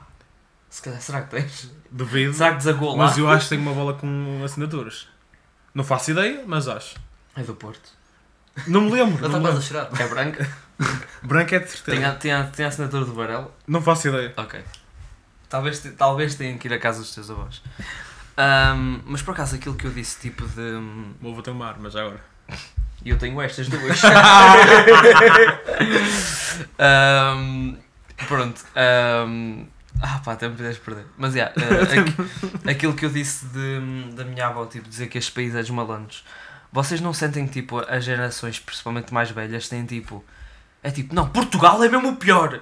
Speaker 1: se calhar, será que tens?
Speaker 3: Duvido.
Speaker 1: Será que desagou lá?
Speaker 3: Mas eu acho que tenho uma bola com assinaturas. Não faço ideia, mas acho.
Speaker 1: É do Porto.
Speaker 3: Não me lembro.
Speaker 4: Ele
Speaker 3: não
Speaker 4: está
Speaker 3: me
Speaker 4: quase a
Speaker 3: lembro.
Speaker 4: chorar.
Speaker 1: É branca?
Speaker 3: Branco é de certeza.
Speaker 1: tem, a, tem, a, tem a assinatura do Varela?
Speaker 3: Não faço ideia.
Speaker 1: Ok. Talvez, te- talvez tenham que ir à casa dos teus avós. Ahm, mas por acaso aquilo que eu disse, tipo de. hum,
Speaker 3: O meu avô tem uma arma já agora.
Speaker 1: E eu tenho estas duas. Ahm, pronto. ahm, ah pá, até me pudeste perder. Mas é, aquilo que eu disse de- da minha avó, tipo, dizer que este país é dos malandros. Vocês não sentem que, tipo, as gerações, principalmente mais velhas, têm tipo. É tipo, não, Portugal é mesmo o pior!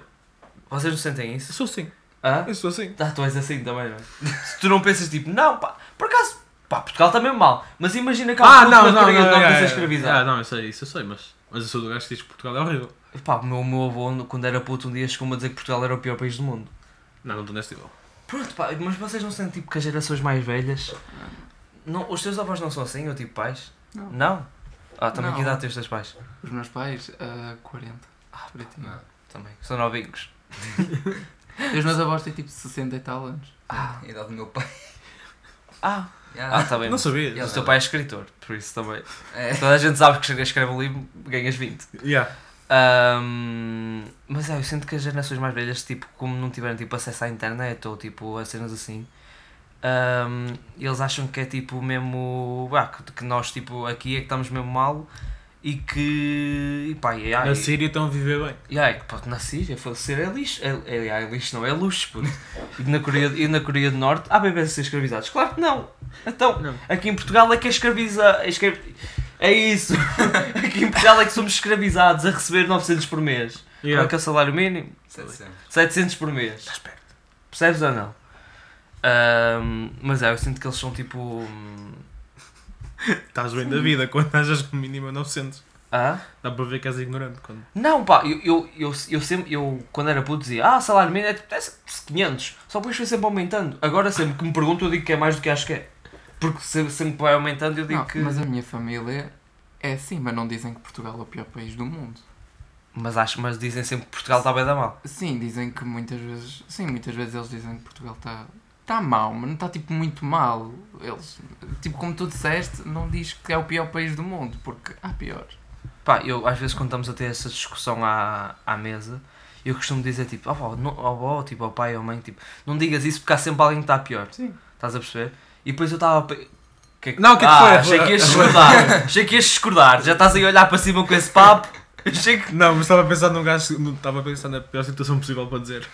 Speaker 1: Vocês não sentem
Speaker 3: Eu
Speaker 1: isso?
Speaker 3: sou assim.
Speaker 1: Hã?
Speaker 3: Eu sou assim.
Speaker 1: Ah, tu és assim também, não é? Se tu não pensas tipo, não, pá, por acaso, pá, Portugal está mesmo mal, mas imagina que há um puto na Coreia do Norte a ser escravizado.
Speaker 3: Ah, não, eu sei, isso eu sei, mas, mas eu sou do gajo que diz que Portugal é horrível.
Speaker 1: Pá, o meu, o meu avô, quando era puto, um dia chegou-me a dizer que Portugal era o pior país do mundo.
Speaker 3: Não, não estou nesse nível.
Speaker 1: Pronto, pá, mas vocês não sentem tipo que as gerações mais velhas. Não, os teus avós não são assim, ou tipo pais?
Speaker 2: Não.
Speaker 1: Ah, também
Speaker 2: Não.
Speaker 1: que idade tens teus pais?
Speaker 2: Os meus pais, ah, 40. por aí tinha.
Speaker 1: Ah.
Speaker 4: Não.
Speaker 1: Também, são novinhos.
Speaker 2: E os meus avós têm tipo 60 e tal anos.
Speaker 1: Ah,
Speaker 4: A idade do meu pai.
Speaker 1: ah, ah,
Speaker 4: Yeah.
Speaker 1: está bem.
Speaker 3: Não sabia.
Speaker 1: mas
Speaker 4: Yeah.
Speaker 1: o teu pai é escritor, por isso também.
Speaker 4: É.
Speaker 1: Toda a gente sabe que chega a escrever um livro, ganhas 20.
Speaker 3: Yeah.
Speaker 1: Ahm, mas é, eu sinto que as gerações mais velhas, tipo, como não tiveram tipo, acesso à internet ou tipo a cenas assim, ahm, eles acham que é tipo mesmo. Ah, que, que nós tipo, aqui é que estamos mesmo mal e que. E pá, Tá, e, ai,
Speaker 3: Na Síria estão a viver bem.
Speaker 1: e ai, pá, na Síria, foi ser é lixo. É, é, ai, lixo não, é luxo, puto. E na Coreia, e na Coreia do Norte há bebês a ser escravizados. Claro que não! Então,
Speaker 3: Não.
Speaker 1: aqui em Portugal é que é escraviza. É, escravi- é isso! aqui em Portugal é que somos escravizados a receber 900 por mês. Qual é
Speaker 3: Yeah. Tá
Speaker 1: que é o salário mínimo?
Speaker 4: Sei de sempre.
Speaker 1: 700 por mês. Percebes ou não? Ahm, mas é, eu sinto que eles são tipo. hum,
Speaker 3: Estás bem da vida quando andas com mínimo 900.
Speaker 1: Ah?
Speaker 3: Dá para ver que és ignorante. Quando...
Speaker 1: Não, pá, eu, eu, eu, eu sempre, eu quando era puto dizia, ah, salário mínimo é tipo é 500, só depois foi sempre aumentando. Agora sempre que me perguntam eu digo que é mais do que acho que é. Porque se- sempre que vai aumentando eu digo
Speaker 2: Não,
Speaker 1: que.
Speaker 2: Mas
Speaker 1: Mas,
Speaker 2: a minha família é assim, mas não dizem que Portugal é o pior país do mundo.
Speaker 1: acho, mas dizem sempre que Portugal está bem da mal.
Speaker 2: Sim, dizem que muitas vezes. Sim, muitas vezes eles dizem que Portugal está. Está mal, mas não está tipo muito mal. Eles, tipo, como tu disseste, não diz que é o pior país do mundo, porque há piores.
Speaker 1: Pá, eu às vezes quando estamos a ter essa discussão à, à mesa, eu costumo dizer tipo, ó oh, não, ó, ó, tipo, ao pai ou mãe, tipo, não digas isso porque há sempre alguém que está pior.
Speaker 2: Sim.
Speaker 1: Estás a perceber? E depois eu estava a. pe- Que
Speaker 3: Não, o que é que
Speaker 1: ah,
Speaker 3: foi?
Speaker 1: Achei que ias discordar. achei que ias discordar. Já estás aí a olhar para cima com esse papo. Achei que.
Speaker 3: Não, mas estava a pensar num gajo. não, Estava a pensar na pior situação possível para dizer.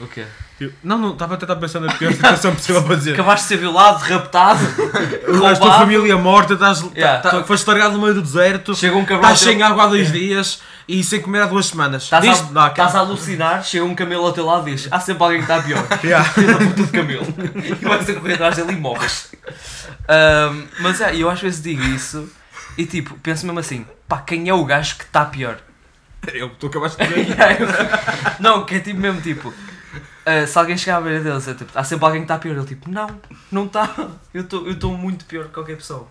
Speaker 1: O quê?
Speaker 3: Tipo, não, não, estava a tentar pensar na pior situação possível para dizer.
Speaker 1: Acabaste de ser violado, raptado.
Speaker 3: A tua
Speaker 1: roubado.
Speaker 3: família morta, estás,
Speaker 1: Yeah,
Speaker 3: tá-
Speaker 1: tô-
Speaker 3: foste largado no meio do deserto,
Speaker 1: Chega um cabrão.
Speaker 3: estás
Speaker 1: teu-
Speaker 3: sem água Tá há dois dias e sem comer há duas semanas.
Speaker 1: Estás
Speaker 3: Diz-
Speaker 1: a,
Speaker 3: dá,
Speaker 1: estás a alucinar, chega um camelo ao teu lado e diz: Há sempre alguém que está pior.
Speaker 3: Yeah.
Speaker 1: Filha da puta de camelo. E vais a correr atrás dele e morres. Ahm, mas é, eu às vezes digo isso e tipo, penso mesmo assim: pá, quem é o gajo que está pior?
Speaker 3: Eu, tu acabaste de dizer.
Speaker 1: E aí eu- não, que é tipo mesmo tipo. ah, se alguém chegar à beira deles, é tipo, há sempre alguém que está pior. Ele tipo, não, não está. Eu estou muito pior que qualquer pessoa.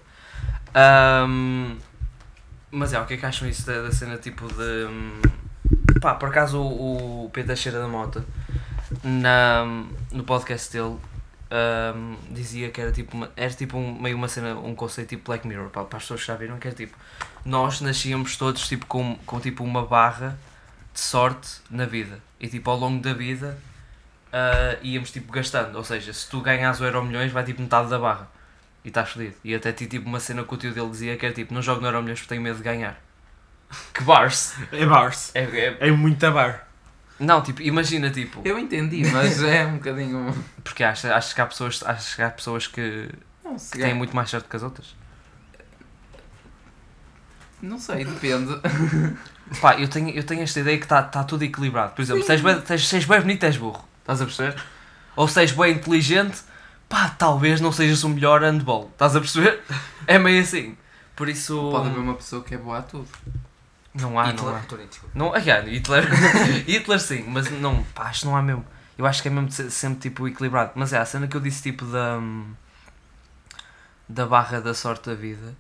Speaker 1: Ahm, mas é, o que é que acham isso da, da cena tipo de. hum, Pá, por acaso o, o Pedro Cheira da Mota, na, no podcast dele, hum, dizia que era tipo, uma- era tipo um- meio uma cena, um conceito tipo Black Mirror, pá, para as pessoas que já viram, que era tipo, nós nascíamos todos tipo com, com tipo uma barra de sorte na vida. E tipo, ao longo da vida ah, íamos tipo gastando. Ou seja, se tu ganhas o Euro Milhões, vai tipo metade da barra. E estás fodido. E até ti tipo uma cena que o tio dele dizia que era tipo, não jogo no Euro Milhões porque tenho medo de ganhar. Que bars!
Speaker 3: É bars.
Speaker 1: É, é-
Speaker 3: É muito a bar.
Speaker 1: Não, tipo, imagina tipo,
Speaker 2: Eu entendi, mas é um bocadinho.
Speaker 1: porque achas, achas que há pessoas, achas que há pessoas que,
Speaker 2: Não sei.
Speaker 1: que têm muito mais sorte que as outras?
Speaker 2: Não sei, depende.
Speaker 1: Pá, eu tenho, eu tenho esta ideia que está tá tudo equilibrado. Por exemplo, se és, bem, se és- se és bem bonito, és burro. Estás a perceber? Ou se és bem inteligente, pá, talvez não sejas o melhor handball. Estás a perceber? É meio assim. Por isso.
Speaker 2: um Pode haver uma pessoa que é boa a tudo.
Speaker 1: Não há, Ah, não
Speaker 4: Hitler,
Speaker 1: há.
Speaker 4: Turing, desculpa.
Speaker 1: Não, ah, yeah, Hitler, Hitler sim, mas não, pá, acho que não há mesmo. Eu acho que é mesmo de ser- sempre tipo equilibrado. Mas é a cena que eu disse tipo da. hum, da barra da sorte da vida.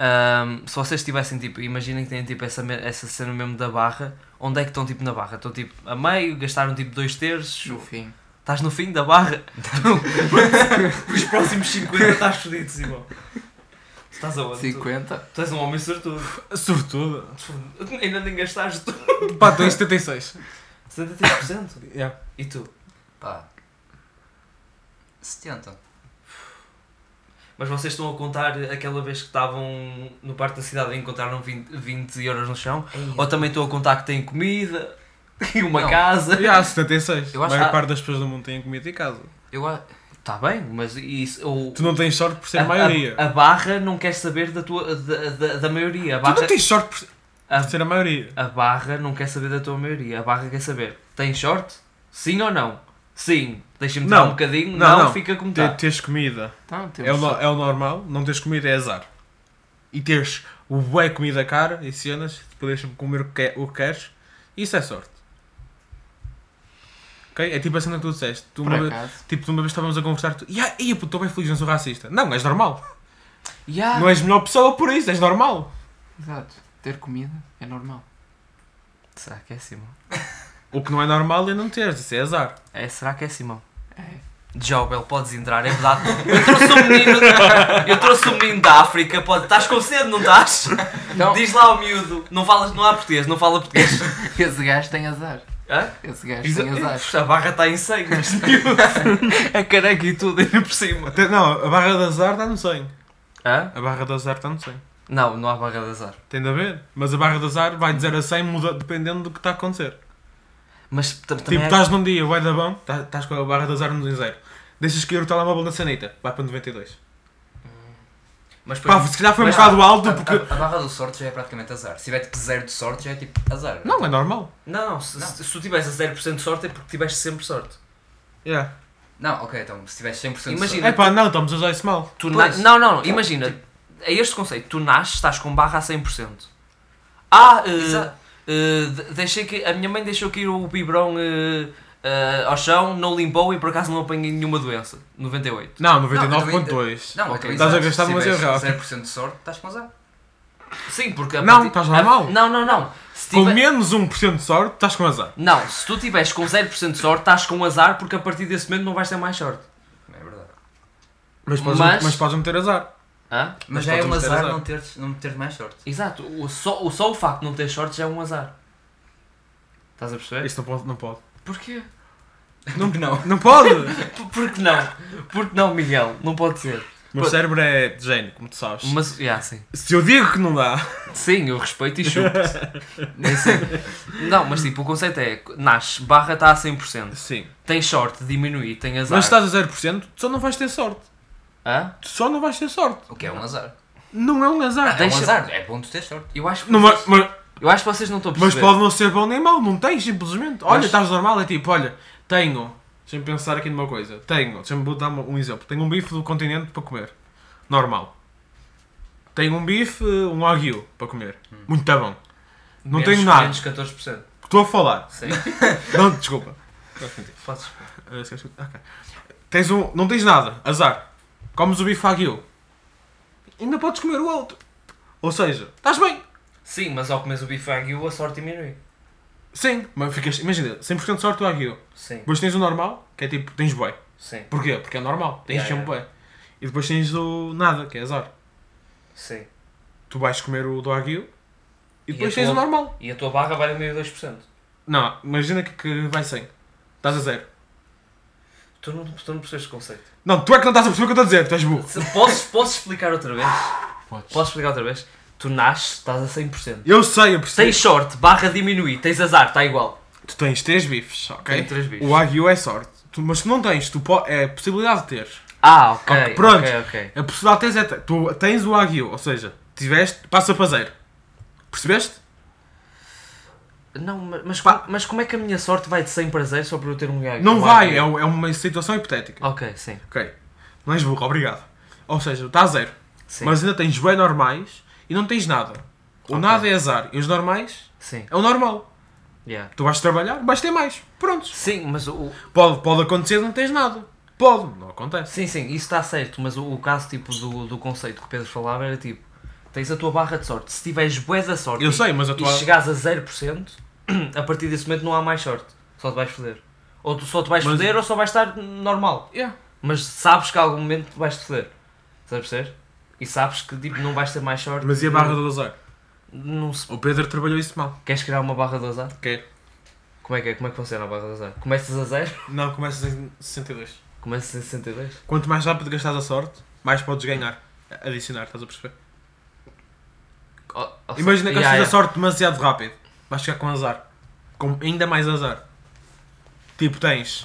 Speaker 1: Hum, se vocês tivessem tipo, imaginem que têm tipo essa, me- essa cena mesmo da barra, onde é que estão tipo na barra? Estão tipo a meio, gastaram tipo dois terços,
Speaker 2: No fim.
Speaker 1: estás no fim da barra?
Speaker 3: Os próximos 50 estás fodido, Simão.
Speaker 1: Tu Estás aonde? Tu,
Speaker 2: 50.
Speaker 1: tu és um homem sortudo.
Speaker 3: Sobretudo.
Speaker 1: Tu Ainda nem gastaste tu.
Speaker 3: Pá, estou em 76.
Speaker 1: 73%.
Speaker 3: Yeah.
Speaker 1: E tu?
Speaker 4: Pá. 70.
Speaker 1: Mas vocês estão a contar aquela vez que estavam no parque da cidade e encontraram 20, 20 euros no chão? Ou também estão a contar que têm comida e uma
Speaker 4: Não.
Speaker 1: casa?
Speaker 3: Yeah, 76.
Speaker 4: Eu acho
Speaker 3: a maior
Speaker 4: que-
Speaker 3: parte das pessoas do mundo têm comida em casa.
Speaker 4: Eu a-
Speaker 1: Está Tá bem, mas isso. Ou,
Speaker 3: Tu não tens sorte por ser
Speaker 1: a,
Speaker 3: a maioria.
Speaker 1: A, a barra não quer saber da tua. da, da, da maioria. A
Speaker 3: Tu
Speaker 1: barra,
Speaker 3: não tens sorte por ser-
Speaker 1: Ah.
Speaker 3: por ser a maioria.
Speaker 1: é- a barra não quer saber da tua maioria. A barra quer saber. Tens short? Sim ou não? Sim. Deixa-me tirar
Speaker 3: Não.
Speaker 1: um bocadinho.
Speaker 3: Não,
Speaker 1: Não,
Speaker 3: não.
Speaker 1: fica como
Speaker 3: Te-
Speaker 1: está.
Speaker 3: Teres comida
Speaker 2: Então, temos
Speaker 3: é o, no- é o normal, não teres comida é azar. E teres o bué comida cara e cenas, poderes comer o que, que- o que queres, isso é sorte. Ok? É tipo a cena que tu disseste. Tu
Speaker 2: Por
Speaker 3: uma, ve-
Speaker 2: acaso.
Speaker 3: tipo, tu uma vez estávamos a conversar, tu. "Ya, Ia, puto, estou bem feliz, não sou racista. Não, és normal.
Speaker 1: Yeah.
Speaker 2: Ah.
Speaker 3: Não és melhor pessoa por isso, és normal.
Speaker 2: Exato. Ter comida é normal.
Speaker 1: Será que é Simão?
Speaker 3: O que não é normal é não teres, isso é azar.
Speaker 1: É, será que é Simão?
Speaker 2: É.
Speaker 1: Job, ele podes entrar, é verdade. Eu trouxe um menino, eu trouxe um menino da África, pode. Estás com sede, não estás?
Speaker 2: Então,
Speaker 1: Diz lá ao miúdo, não, falas, não há português, não fala português.
Speaker 2: esse gajo tem azar.
Speaker 1: Hã?
Speaker 2: Esse gajo
Speaker 1: Exa-
Speaker 2: tem azar.
Speaker 1: a barra está em sangue, mas é careca e tudo ainda por cima.
Speaker 3: Até- não, a barra de azar está no sonho.
Speaker 1: Hã?
Speaker 3: A barra de azar está no sonho.
Speaker 1: Não, não há barra de azar.
Speaker 3: Tem de haver. Mas a barra de azar vai de 0 a 100 muda, dependendo do que está a acontecer.
Speaker 1: Mas tam-
Speaker 3: Tipo,
Speaker 1: também é-
Speaker 3: estás num dia, vai dar bom, tá- estás com a barra de azar no 0. Deixas cair o telemóvel na sanita, vai para 92.
Speaker 1: mas depois-
Speaker 3: Pá, se calhar foi um
Speaker 4: Mas-
Speaker 3: bocado alto
Speaker 4: A,
Speaker 3: porque.
Speaker 4: a- a barra do sorte já é praticamente azar. Se tiver tipo zero de sorte, já é tipo azar.
Speaker 3: Não, é normal.
Speaker 1: Não, não, se,
Speaker 4: Não.
Speaker 1: se tu tivesse a 0% de sorte é porque tiveste sempre sorte.
Speaker 3: Yeah.
Speaker 4: Não, ok, então se tiver 100% de sorte.
Speaker 1: Imagina.
Speaker 3: É pá, não, estamos a usar isso mal.
Speaker 1: Tu
Speaker 4: Pois.
Speaker 1: na- Não, não, não, imagina. É este conceito. Tu nasces, estás com barra a 100%. Ah, eh,
Speaker 4: Exato.
Speaker 1: eh, de- deixei que, a minha mãe deixou cair o biberão eh, eh, ao chão, não limpou e por acaso não apanhei nenhuma doença. 98.
Speaker 3: Não,
Speaker 4: também-
Speaker 3: 99.2
Speaker 4: Não,
Speaker 1: Ok.
Speaker 4: ok.
Speaker 3: Estás a
Speaker 4: exato.
Speaker 3: gastar
Speaker 4: Se
Speaker 3: demasiado
Speaker 4: tiveres
Speaker 3: rápido.
Speaker 4: 0% de sorte, estás com azar.
Speaker 1: Sim, porque... a
Speaker 3: Não,
Speaker 1: partir-
Speaker 3: estás
Speaker 1: a-
Speaker 3: normal.
Speaker 1: Não, não, não. Se
Speaker 3: Com
Speaker 1: tiver-
Speaker 3: menos 1% de sorte, estás com azar.
Speaker 1: Não, se tu tiveres com 0% de sorte, estás com azar porque a partir desse momento não vais ter mais sorte.
Speaker 4: Não é verdade.
Speaker 3: Mas podes,
Speaker 1: Mas-
Speaker 3: mas... podes meter azar.
Speaker 1: Hã?
Speaker 4: Mas, já é um
Speaker 3: podes meter
Speaker 4: azar,
Speaker 3: azar.
Speaker 4: Não, teres, não teres mais sorte.
Speaker 1: Exato. O, só, o, só o facto de não ter sorte já é um azar. Estás a perceber?
Speaker 3: Isso não pode. Não pode.
Speaker 1: Porquê?
Speaker 4: Não, não.
Speaker 3: Não pode!
Speaker 1: Por- Porque não? Porque não, Miguel? Não pode ser.
Speaker 3: O meu
Speaker 1: Pô.
Speaker 3: cérebro é de gênio, como tu sabes.
Speaker 1: Mas, yeah, sim.
Speaker 3: Se eu digo que não dá,
Speaker 1: Sim, eu respeito e chupo Nem sei. Não, mas tipo, o conceito é: nasce, barra está a 100%.
Speaker 3: sim.
Speaker 1: Tens sorte, diminui, tem azar.
Speaker 3: Mas tá- se estás a 0%, tu só não vais ter sorte.
Speaker 1: Hã?
Speaker 3: Tu só não vais ter sorte.
Speaker 4: O que é um azar?
Speaker 3: Não é um azar.
Speaker 4: É um
Speaker 1: Deixa-
Speaker 4: azar, é bom tu teres sorte.
Speaker 1: Eu acho que,
Speaker 3: Não, Ah, mas-
Speaker 1: vocês,
Speaker 3: mas-
Speaker 1: eu acho que vocês não estão a
Speaker 3: Mas
Speaker 1: perceber.
Speaker 3: pode não ser bom nem mau, não tens, simplesmente. Olha,
Speaker 1: Mas-
Speaker 3: estás normal, é tipo, olha, tenho. Deixa-me pensar aqui numa coisa. Tenho, deixa-me dar uma- um exemplo. Tenho um bife do continente para comer. Normal. Tenho um bife, um wagyu para comer.
Speaker 1: Hum.
Speaker 3: Muito tá bom. Não
Speaker 1: Menos-
Speaker 3: tenho nada.
Speaker 1: Menos 14%.
Speaker 3: Estou a falar.
Speaker 1: Sim,
Speaker 3: Não, desculpa.
Speaker 1: Tipo, podes.
Speaker 3: Ah, esquece- ok. Tens um, não tens nada, azar. Comes o bife wagyu. Ainda podes comer o outro. Ou seja, estás bem.
Speaker 1: Sim, mas ao comeres o bife Wagyu a sorte diminui.
Speaker 3: Sim, mas ficas, imagina, 100% de sorte o wagyu.
Speaker 1: Sim,
Speaker 3: Depois tens o normal, que é tipo, tens boi.
Speaker 1: sim,
Speaker 3: Porquê? Porque é normal, tens
Speaker 1: Yeah,
Speaker 3: sempre bué. E depois tens o nada, que é azar.
Speaker 1: sim.
Speaker 3: Tu vais comer o do Wagyu
Speaker 1: E
Speaker 3: e depois
Speaker 1: a
Speaker 3: tens
Speaker 1: tua-
Speaker 3: o normal.
Speaker 1: E a tua barra vai a meio 2%.
Speaker 3: Não, imagina que, que vai sem. Estás a zero.
Speaker 1: Tu não, tu não percebes o conceito.
Speaker 3: Não, tu é que não estás a perceber o que eu estou a dizer, tu és burro.
Speaker 1: Se- Posso, posso explicar outra vez?
Speaker 2: Podes.
Speaker 1: Posso explicar outra vez? Tu nasces, estás a 100%.
Speaker 3: Eu sei, eu percebo.
Speaker 1: Tens sorte, barra diminui, tens azar, está igual.
Speaker 3: Tu tens três bifes, ok?
Speaker 1: Tenho três bifes.
Speaker 3: O Wagyu é sorte. Tu- mas tu não tens, tu po- é a possibilidade de teres.
Speaker 1: Ah, ok.
Speaker 3: Ok, pronto.
Speaker 1: Ok, ok.
Speaker 3: A possibilidade de teres é. te- Tu tens o Wagyu, ou seja, tiveste, passa para zero. Percebeste?
Speaker 1: Não, mas, mas,
Speaker 3: Pá.
Speaker 1: mas como é que a minha sorte vai de 100 para 0 só por eu ter um gajo?
Speaker 3: Não
Speaker 1: um
Speaker 3: vai,
Speaker 1: Wagyu?
Speaker 3: é, um- é uma situação hipotética.
Speaker 1: Ok, sim.
Speaker 3: Ok. Não és burro, obrigado. Ou seja, está a zero.
Speaker 1: sim.
Speaker 3: mas ainda tens bem normais e não tens nada. O
Speaker 1: Ok.
Speaker 3: nada é azar e os normais
Speaker 1: Sim.
Speaker 3: é o normal.
Speaker 1: Yeah.
Speaker 3: Tu vais trabalhar, vais ter mais. Prontos.
Speaker 5: Sim, mas o.
Speaker 3: Pode, pode acontecer de não tens nada. Pode, não acontece.
Speaker 1: Sim, sim, isso está certo, mas o, o caso tipo do, do conceito que o Pedro falava era tipo: tens a tua barra de sorte. Se tiveres bué da sorte
Speaker 3: Eu
Speaker 1: e,
Speaker 3: sei, mas a
Speaker 1: e
Speaker 3: tua.
Speaker 1: chegares a 0%, a partir desse momento não há mais sorte. Só te vais foder. Ou tu só te vais
Speaker 3: Mas-
Speaker 1: foder ou só vais estar normal.
Speaker 3: Yeah.
Speaker 1: Mas sabes que a algum momento vais te foder. Sabes ser? E sabes que tipo, não vais ter mais sorte.
Speaker 3: Mas e a barra do azar?
Speaker 1: Não, não se...
Speaker 3: O Pedro trabalhou isso mal.
Speaker 1: Queres criar uma barra do azar?
Speaker 3: Quero.
Speaker 1: Como é que é? Como é que funciona a barra do azar? Começas a zero?
Speaker 3: Não, começas em 62.
Speaker 1: Começas em 62?
Speaker 3: Quanto mais rápido gastares a sorte, mais podes ganhar. Adicionar, estás a perceber?
Speaker 1: Oh, oh,
Speaker 3: Imagina que gastas
Speaker 1: yeah,
Speaker 3: a sorte demasiado rápido. Vais ficar com azar. Com ainda mais azar. Tipo, tens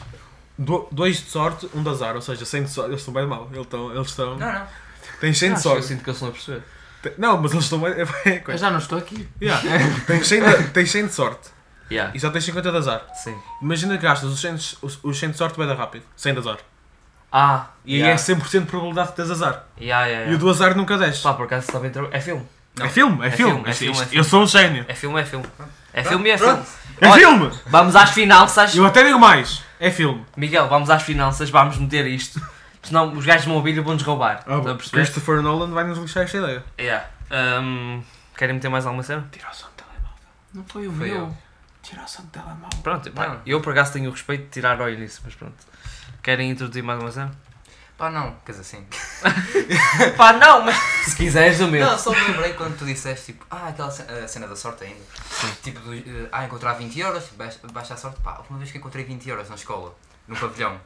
Speaker 3: 2 de sorte, 1 um de azar. Ou seja, 100 de sorte. Eles estão bem mal. Eles estão. Eles estão...
Speaker 4: Não, não.
Speaker 3: Tens 100
Speaker 1: yeah.
Speaker 3: de
Speaker 1: Acho que eu
Speaker 3: sorte.
Speaker 1: sinto que eles estão a perceber.
Speaker 3: Te- Não, mas eles estão bem. É
Speaker 2: Eu
Speaker 3: coisa.
Speaker 2: já não estou aqui.
Speaker 3: Yeah. tens, 100 de... tens 100 de sorte
Speaker 1: Yeah,
Speaker 3: e só tens 50 de azar.
Speaker 1: sim.
Speaker 3: Imagina que gastas os 100, de- os, os 100 de sorte bem rápido. 100 de azar.
Speaker 1: Ah,
Speaker 3: E
Speaker 1: yeah.
Speaker 3: aí é 100% de probabilidade de teres azar.
Speaker 1: Yeah, yeah, yeah.
Speaker 3: E o do azar nunca desce.
Speaker 1: Pá, por acaso está bem trabalhado. É filme.
Speaker 4: Não.
Speaker 3: É filme, é,
Speaker 1: É
Speaker 3: filme.
Speaker 1: filme, é
Speaker 3: Isto-
Speaker 1: filme,
Speaker 3: isto-
Speaker 1: é
Speaker 3: Eu
Speaker 1: filme.
Speaker 3: sou um gênio.
Speaker 1: É filme, é filme. É filme e é filme.
Speaker 4: Pronto.
Speaker 3: É
Speaker 1: Olha-
Speaker 3: filme!
Speaker 1: Vamos às finanças.
Speaker 3: Eu até digo mais. É filme.
Speaker 1: Miguel, vamos às finanças, vamos meter isto. Senão os gajos vão ouvir e vão-nos roubar.
Speaker 3: Ah,
Speaker 1: Estás a perceber?
Speaker 3: Christopher Nolan vai nos lixar esta ideia.
Speaker 1: Yeah. Ahm, querem meter mais alguma cena?
Speaker 3: Tira o som do telemóvel.
Speaker 2: Não foi o
Speaker 1: Foi
Speaker 2: meu.
Speaker 3: Tira o som do telemóvel.
Speaker 1: Pronto, pá,
Speaker 4: Não.
Speaker 1: eu por acaso tenho o respeito de tirar óleo nisso, mas pronto. Querem introduzir mais uma cena?
Speaker 4: Pá, não. Quer dizer, sim.
Speaker 1: Pá, não, mas se quiseres o meu.
Speaker 4: Não, só me lembrei quando tu disseste, tipo, ah, aquela ce- a cena da sorte ainda. Tipo, do, eh, ah, encontrar 20 euros, baixa, baixa a sorte. Pá, a última vez que encontrei 20 euros na escola, no pavilhão,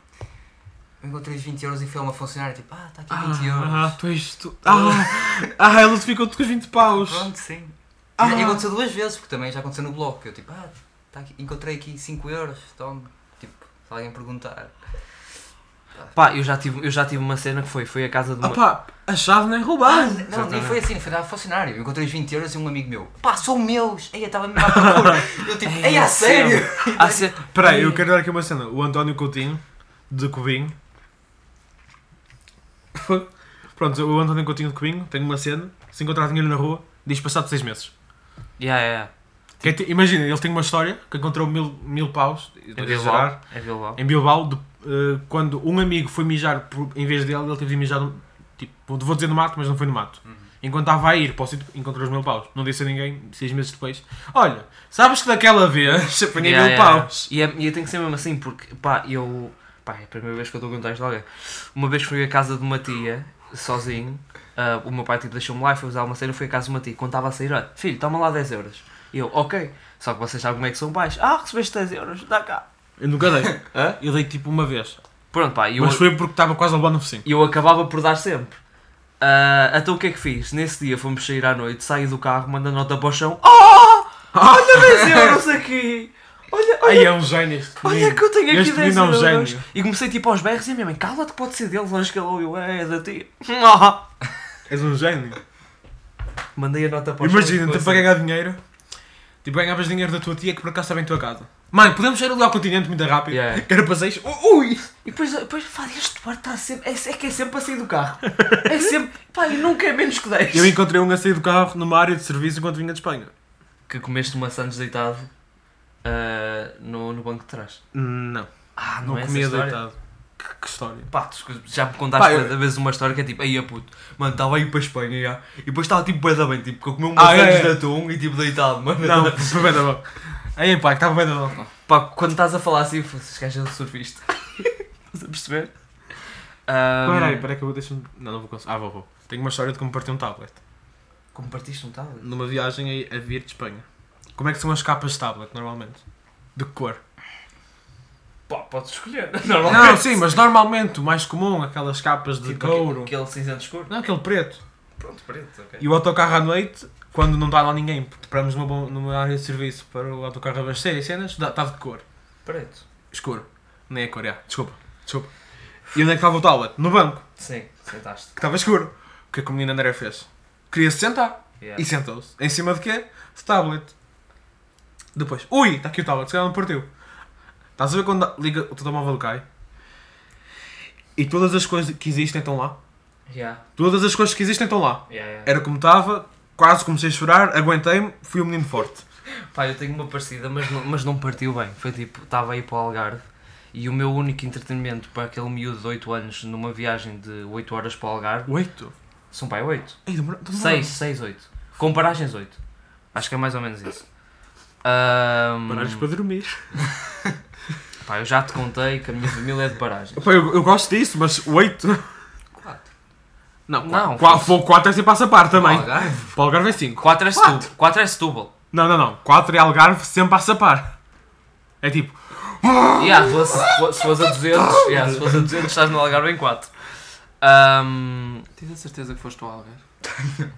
Speaker 4: eu encontrei os 20 euros e foi uma funcionária, tipo, ah, está aqui 20 euros.
Speaker 3: Ah, tu és tu. Ah, ah ele ficou-te com os 20 paus.
Speaker 4: Pronto, sim.
Speaker 3: Ah.
Speaker 4: E, e aconteceu duas vezes, porque também já aconteceu no bloco. Eu, tipo, ah, tá aqui, encontrei aqui 5 euros, tome. Tipo, se alguém perguntar.
Speaker 1: Pá, eu já, tive, eu já tive uma cena que foi, foi a casa de
Speaker 3: Ah
Speaker 1: uma...
Speaker 3: pá, a chave não é
Speaker 4: Ah,
Speaker 3: roubada.
Speaker 4: não, nem
Speaker 1: exatamente.
Speaker 4: foi assim, foi da funcionária. Eu encontrei os 20 euros e um amigo meu, pá, são meus. Aí eu estava mesmo à procura. Eu, tipo,
Speaker 1: Ei,
Speaker 4: ei,
Speaker 1: é
Speaker 4: a sério?
Speaker 1: Ah, se-
Speaker 3: Espera aí, eu quero dar aqui uma cena. O António Coutinho, de Cubinho. Pronto, o António Coutinho de Cubinho tem uma cena. Se encontrar dinheiro na rua, diz passado 6 meses.
Speaker 1: Yeah, yeah,
Speaker 3: Que é ti- imagina, ele tem uma história que encontrou mil, mil paus.
Speaker 1: yeah. É
Speaker 3: estou a
Speaker 1: Bilbao.
Speaker 3: exagerar.
Speaker 1: É Bilbao.
Speaker 3: em Bilbao, de- eh, quando um amigo foi mijar por- em vez dele, ele teve de mijar, no- tipo, vou dizer no mato, mas não foi no mato.
Speaker 1: Uhum.
Speaker 3: Enquanto estava a ir para o sítio, encontrou os mil paus. Não disse a ninguém, seis meses depois. Olha, sabes que daquela vez apanhei
Speaker 1: Yeah,
Speaker 3: mil
Speaker 1: yeah.
Speaker 3: paus.
Speaker 1: E, é, e tem que ser mesmo assim, porque pá, eu. Pá, é a primeira vez que eu estou a contar isto a alguém. Uma vez fui à casa de uma tia, sozinho. ah, o meu pai tipo, deixou-me lá e foi usar uma cena. Fui à casa de uma tia. Quando estava a sair, olha, filho, toma lá 10 euros. E eu, ok. Só que vocês sabem como é que são pais. Ah, recebeste 10 euros, dá cá.
Speaker 3: Eu nunca dei. eu dei tipo uma vez.
Speaker 1: Pronto, pá, e eu,
Speaker 3: mas foi porque estava quase a levar no focinho.
Speaker 1: eu acabava por dar sempre. Ah, então o que é que fiz? Nesse dia fomos sair à noite, saí do carro, mando a nota para o chão. Oh! Olha 10 euros aqui! Olha, olha
Speaker 3: Ai, é um gênio este
Speaker 1: Olha
Speaker 3: menino.
Speaker 1: que eu tenho aqui
Speaker 3: Este
Speaker 1: 10
Speaker 3: menino é um
Speaker 1: euros.
Speaker 3: gênio.
Speaker 1: E comecei tipo aos berros e a minha mãe, cala-te, pode ser dele, acho que ele ouviu, é, é da tia. Ah!
Speaker 3: És um gênio.
Speaker 1: Mandei a nota para os
Speaker 3: Imagina,
Speaker 1: outros,
Speaker 3: te para ganhar dinheiro. Tipo, ganhavas dinheiro da tua tia que por acaso estava em tua casa. Mãe, podemos sair ali ao continente muito rápido.
Speaker 1: Yeah.
Speaker 3: Era para seis. Ui!
Speaker 1: E depois, depois pá, este bar está sempre, é, é que é sempre a sair do carro. É sempre, pá, e nunca é menos que 10.
Speaker 3: Eu encontrei um a sair do carro numa área de serviço enquanto vinha de Espanha.
Speaker 1: Que comeste uma Santos deitado ah, no, no banco de trás.
Speaker 3: Não,
Speaker 1: Ah,
Speaker 3: não,
Speaker 1: é essa
Speaker 3: comia
Speaker 1: história?
Speaker 3: deitado. Que, que história.
Speaker 1: Pá, tu já me contaste
Speaker 3: Pá, eu-
Speaker 1: cada vez uma história que é tipo, aí a puto, mano, estava aí para a Espanha já, e depois estava tipo bué da bem, tipo, que eu comi um
Speaker 3: Ah,
Speaker 1: ah,
Speaker 3: é, é.
Speaker 1: de atum e tipo deitado, mano.
Speaker 3: Não, foi bem da bom. Aí, pá, que estava bem da bom.
Speaker 1: Pá, quando estás a falar assim, vocês gajas de surfista. Estás a perceber? Ahm,
Speaker 3: Espera aí, espera aí que eu vou deixar-me... Não, não vou conseguir. Ah, vou, vou. Tenho uma história de como parti um tablet.
Speaker 1: Como partiste um tablet?
Speaker 3: Numa viagem a, a vir de Espanha. Como é que são as capas de tablet, normalmente? De que cor?
Speaker 1: Pá, podes escolher.
Speaker 3: Não, sim, mas normalmente o mais comum, aquelas capas de
Speaker 1: Tipo
Speaker 3: couro.
Speaker 1: aquele, aquele cinzento escuro.
Speaker 3: Não, aquele preto.
Speaker 1: Pronto, preto, ok.
Speaker 3: E o autocarro à noite, quando não está lá ninguém, porque paramos numa, bo- numa área de serviço para o autocarro abastecer e cenas, está de cor.
Speaker 1: Preto.
Speaker 3: Escuro. Nem é cor, é. Desculpa. Desculpa. E onde é que estava o tablet? No banco,
Speaker 1: Sim, sentaste.
Speaker 3: que estava escuro. O que é que o menino André fez? Queria-se sentar.
Speaker 1: Yeah.
Speaker 3: E sentou-se. Em cima de quê? De tablet. Depois, ui, está aqui o tablet, se calhar não partiu. Estás a ver quando liga o telemóvel cai? E todas as coisas que existem estão lá.
Speaker 1: Yeah.
Speaker 3: Todas as coisas que existem estão lá.
Speaker 1: Yeah, yeah.
Speaker 3: Era como estava quase comecei a chorar, aguentei-me, fui um menino forte.
Speaker 1: Pá, eu tenho uma parecida, mas não, mas não partiu bem. Foi tipo, estava aí para o Algarve e o meu único entretenimento para aquele miúdo de 8 anos numa viagem de 8 horas para o Algarve
Speaker 3: Oito?
Speaker 1: são é pai 8.
Speaker 3: Ei, demora- demora-
Speaker 1: 6, 6, 8. Com paragens 8. Acho que é mais ou menos isso. Ahm,
Speaker 3: Paragens para dormir.
Speaker 1: pá, eu já te contei que a minha família é de paragens.
Speaker 3: Pá, eu, eu gosto disso, mas oito?
Speaker 4: Quatro.
Speaker 3: Não,
Speaker 1: Não,
Speaker 3: qual, qual, quatro é sempre passa par também.
Speaker 4: Ao Algarve.
Speaker 3: Para o Algarve é cinco.
Speaker 1: 4 é Setúbal. 4 é Setúbal.
Speaker 3: Não, não, não. Quatro é Algarve sempre passa par. É tipo,
Speaker 1: Yeah, se fosse- se fosse- se fosse a 200, yeah, se fosse a 200 estás no Algarve em 4.
Speaker 2: Tens a certeza que foste ao Algarve?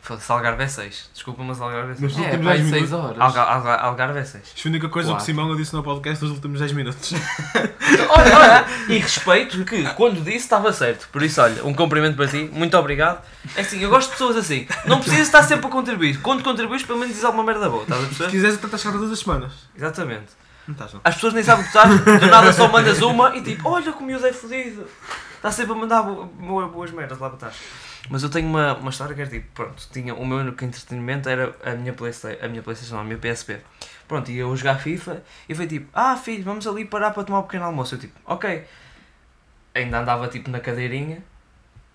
Speaker 1: Foda-se, Algarve é 6. Desculpa, mas Algarve é 6.
Speaker 3: nos
Speaker 2: É,
Speaker 3: últimos
Speaker 2: vai
Speaker 3: 10 minutos.
Speaker 2: 6 horas.
Speaker 1: Alga, Alga- Algarve é 6.
Speaker 3: Isto foi a única coisa
Speaker 2: Quatro.
Speaker 3: que o Simão disse no podcast nos últimos 10 minutos.
Speaker 1: Olha, olha, e respeito que quando disse estava certo. Por isso, olha, um cumprimento para ti, muito obrigado. É assim, eu gosto de pessoas assim. Não precisas estar sempre a contribuir. Quando contribuis, pelo menos diz alguma merda boa, estás a
Speaker 3: Se
Speaker 1: perceber?
Speaker 3: quiseres, até estás cá todas as semanas.
Speaker 1: Exatamente.
Speaker 3: Não estás, não.
Speaker 1: As pessoas nem sabem que tu estás, do nada só mandas uma e tipo, olha como o miúdo é fodido. Está sempre a mandar bo- bo- boas merdas lá para trás. Mas eu tenho uma, uma história que era tipo, pronto, tinha, o meu único entretenimento era a minha Playstation, a minha Playstation, não, a minha PSP. Pronto, ia eu jogar FIFA e foi tipo, ah filho, vamos ali parar para tomar um pequeno almoço. Eu tipo, ok. Ainda andava tipo na cadeirinha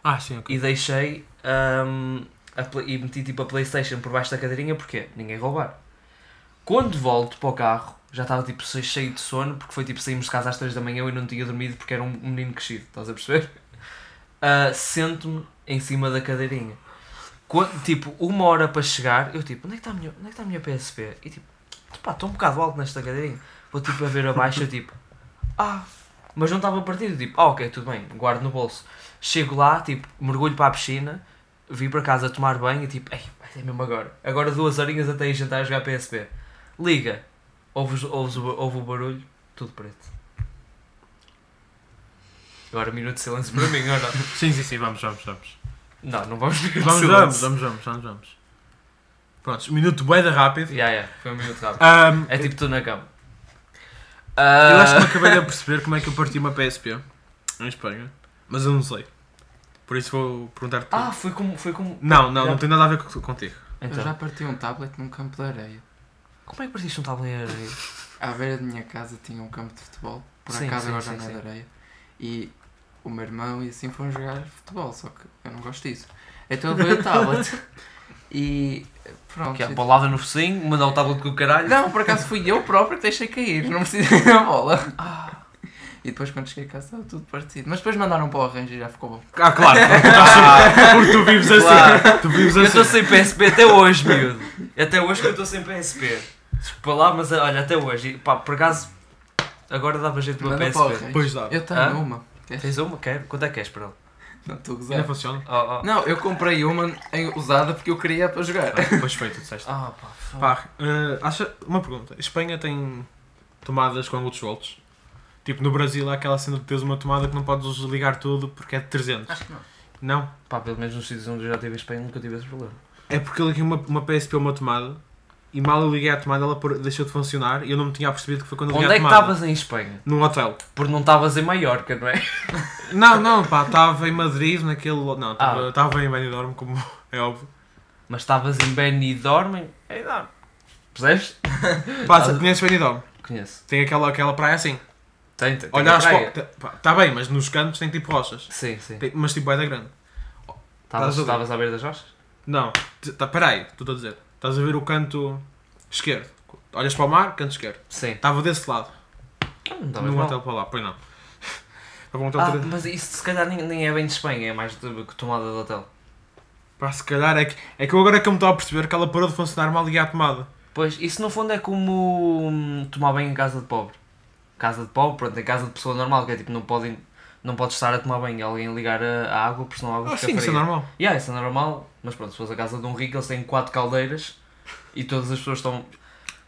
Speaker 3: Ah, sim, ok.
Speaker 1: e deixei hum, a pla- e meti tipo a Playstation por baixo da cadeirinha porque ninguém roubar. Quando volto para o carro, já estava tipo che- cheio de sono porque foi tipo saímos de casa às 3 da manhã e eu não tinha dormido porque era um menino crescido, estás a perceber? Ah, Sento-me em cima da cadeirinha. Quan- tipo, uma hora para chegar, eu tipo, onde é que está a minha, onde é que está a minha PSP? E tipo, pá, estou um bocado alto nesta cadeirinha. Vou tipo a ver abaixo, eu tipo, ah, mas não estava partido. Tipo, ah, ok, tudo bem, guardo no bolso. Chego lá, tipo, mergulho para a piscina, vim para casa tomar banho e tipo, ei, mas é mesmo agora. Agora duas horinhas até ir jantar a jogar PSP. Liga, ouves, ouves, o ba- ouve o barulho, tudo preto. Agora minuto de silêncio para mim, ou não?
Speaker 3: Sim, sim, sim, vamos, vamos, vamos.
Speaker 1: Não, não vamos minuto de
Speaker 3: Vamos,
Speaker 1: silêncio.
Speaker 3: vamos, vamos, vamos, vamos, vamos. Prontos, um minuto bué da rápido.
Speaker 1: Yeah, yeah, foi um minuto rápido.
Speaker 3: Ahm,
Speaker 1: É tipo tu na cama.
Speaker 3: eu acho que
Speaker 1: Ah,
Speaker 3: me acabei de perceber como é que eu parti uma PSP em Espanha, mas eu não sei. Por isso vou perguntar-te. tu.
Speaker 1: ah, foi como. Foi como...
Speaker 3: Não, não, não tem nada a ver co- contigo.
Speaker 1: Então,
Speaker 2: Eu já parti um tablet num campo de areia.
Speaker 1: como é que partiste um tabuleiro?
Speaker 2: À beira da minha casa tinha um campo de futebol. Por
Speaker 1: Sim,
Speaker 2: acaso
Speaker 1: sim,
Speaker 2: agora
Speaker 1: sim,
Speaker 2: já não é
Speaker 1: sim.
Speaker 2: de areia. E o meu irmão e assim foram jogar futebol, só que eu não gosto disso. Então eu levei o tablet. e pronto.
Speaker 1: Que é a bolada no focinho, mandar o tablet com o caralho.
Speaker 2: Não, por acaso fui eu próprio que deixei cair, não precisei da bola.
Speaker 1: Ah.
Speaker 2: E depois quando cheguei a casa estava tudo partido. Mas depois mandaram para o arranjo e já ficou bom.
Speaker 3: Ah, claro, porque, tu estás- porque tu vives assim.
Speaker 1: Claro.
Speaker 3: Tu vives
Speaker 1: Eu estou
Speaker 3: assim.
Speaker 1: sem PSP até hoje, miúdo. Até hoje que eu estou sem PSP. Desculpa lá, mas eh, olha, até hoje. E, Pá, por acaso, agora dava jeito uma
Speaker 2: Manda para o
Speaker 1: PSP.
Speaker 2: arranjo.
Speaker 3: Pois dá.
Speaker 2: Eu tenho
Speaker 1: Ah?
Speaker 2: uma.
Speaker 1: Tens uma? Quero? Quanto é que queres para ele?
Speaker 2: Não estou a
Speaker 3: Ainda
Speaker 2: gozar.
Speaker 3: funciona?
Speaker 1: Oh, oh.
Speaker 2: Não, eu comprei uma em- usada porque eu queria para jogar.
Speaker 3: Pois foi, tu disseste.
Speaker 1: Ah, pá, foda.
Speaker 3: Pá, eh, acha, uma pergunta. A Espanha tem tomadas com ângulos voltos? Tipo, no Brasil há aquela cena de teres uma tomada que não podes ligar tudo porque é de 300.
Speaker 4: Acho que não.
Speaker 3: Não.
Speaker 1: Pá, pelo menos nos sítios onde eu já tive em Espanha nunca tive esse problema.
Speaker 3: É porque eu liguei uma, uma PSP a uma tomada e mal eu liguei à tomada ela por- deixou de funcionar e eu não me tinha apercebido que foi quando eu
Speaker 1: Onde
Speaker 3: liguei
Speaker 1: é
Speaker 3: à
Speaker 1: que
Speaker 3: tomada.
Speaker 1: estavas em Espanha?
Speaker 3: Num hotel.
Speaker 1: Porque não estavas em Maiorca, não é?
Speaker 3: Não, não, pá, estava em Madrid naquele... Não,
Speaker 1: Ah.
Speaker 3: estava em Benidorm, como é óbvio.
Speaker 1: Mas estavas em Benidorm? Em Benidorm. Percebes?
Speaker 3: Pá,
Speaker 1: Ah.
Speaker 3: conheces Benidorm?
Speaker 1: Conheço.
Speaker 3: Tem aquela, aquela praia assim.
Speaker 1: Tem, tem. tem
Speaker 3: Olha as
Speaker 1: a praia.
Speaker 3: Está tá, bem, mas nos cantos tem tipo rochas.
Speaker 1: Sim, sim.
Speaker 3: Tem- mas tipo é da grande.
Speaker 1: Estavas
Speaker 3: Estás a ver?
Speaker 1: estavas à beira das rochas?
Speaker 3: Não, t- tá, peraí, tu estou a dizer. Estás a ver o canto esquerdo. Olhas para o mar, canto esquerdo.
Speaker 1: Sim.
Speaker 3: Estava desse lado,
Speaker 1: Não estavas
Speaker 3: num
Speaker 1: mal.
Speaker 3: hotel para lá, pois não. Estava um hotel
Speaker 1: Ah,
Speaker 3: para-
Speaker 1: mas isso se calhar nem, nem é bem de Espanha, é mais de, que tomada de hotel.
Speaker 3: Pá, se calhar é que, é que eu agora é que eu me estou a perceber que ela parou de funcionar mal e a tomada.
Speaker 1: Pois, isso no fundo é como hum, tomar banho em casa de pobre. Casa de pobre, pronto, em casa de pessoa normal, que é tipo, não podem... Não podes estar a tomar banho e alguém ligar a, a água, porque senão a água
Speaker 3: Ah,
Speaker 1: fica
Speaker 3: sim, isso é
Speaker 1: fria.
Speaker 3: normal.
Speaker 1: Yeah, isso é normal, mas pronto, se fores a casa de um rico, eles têm quatro caldeiras e todas as pessoas estão...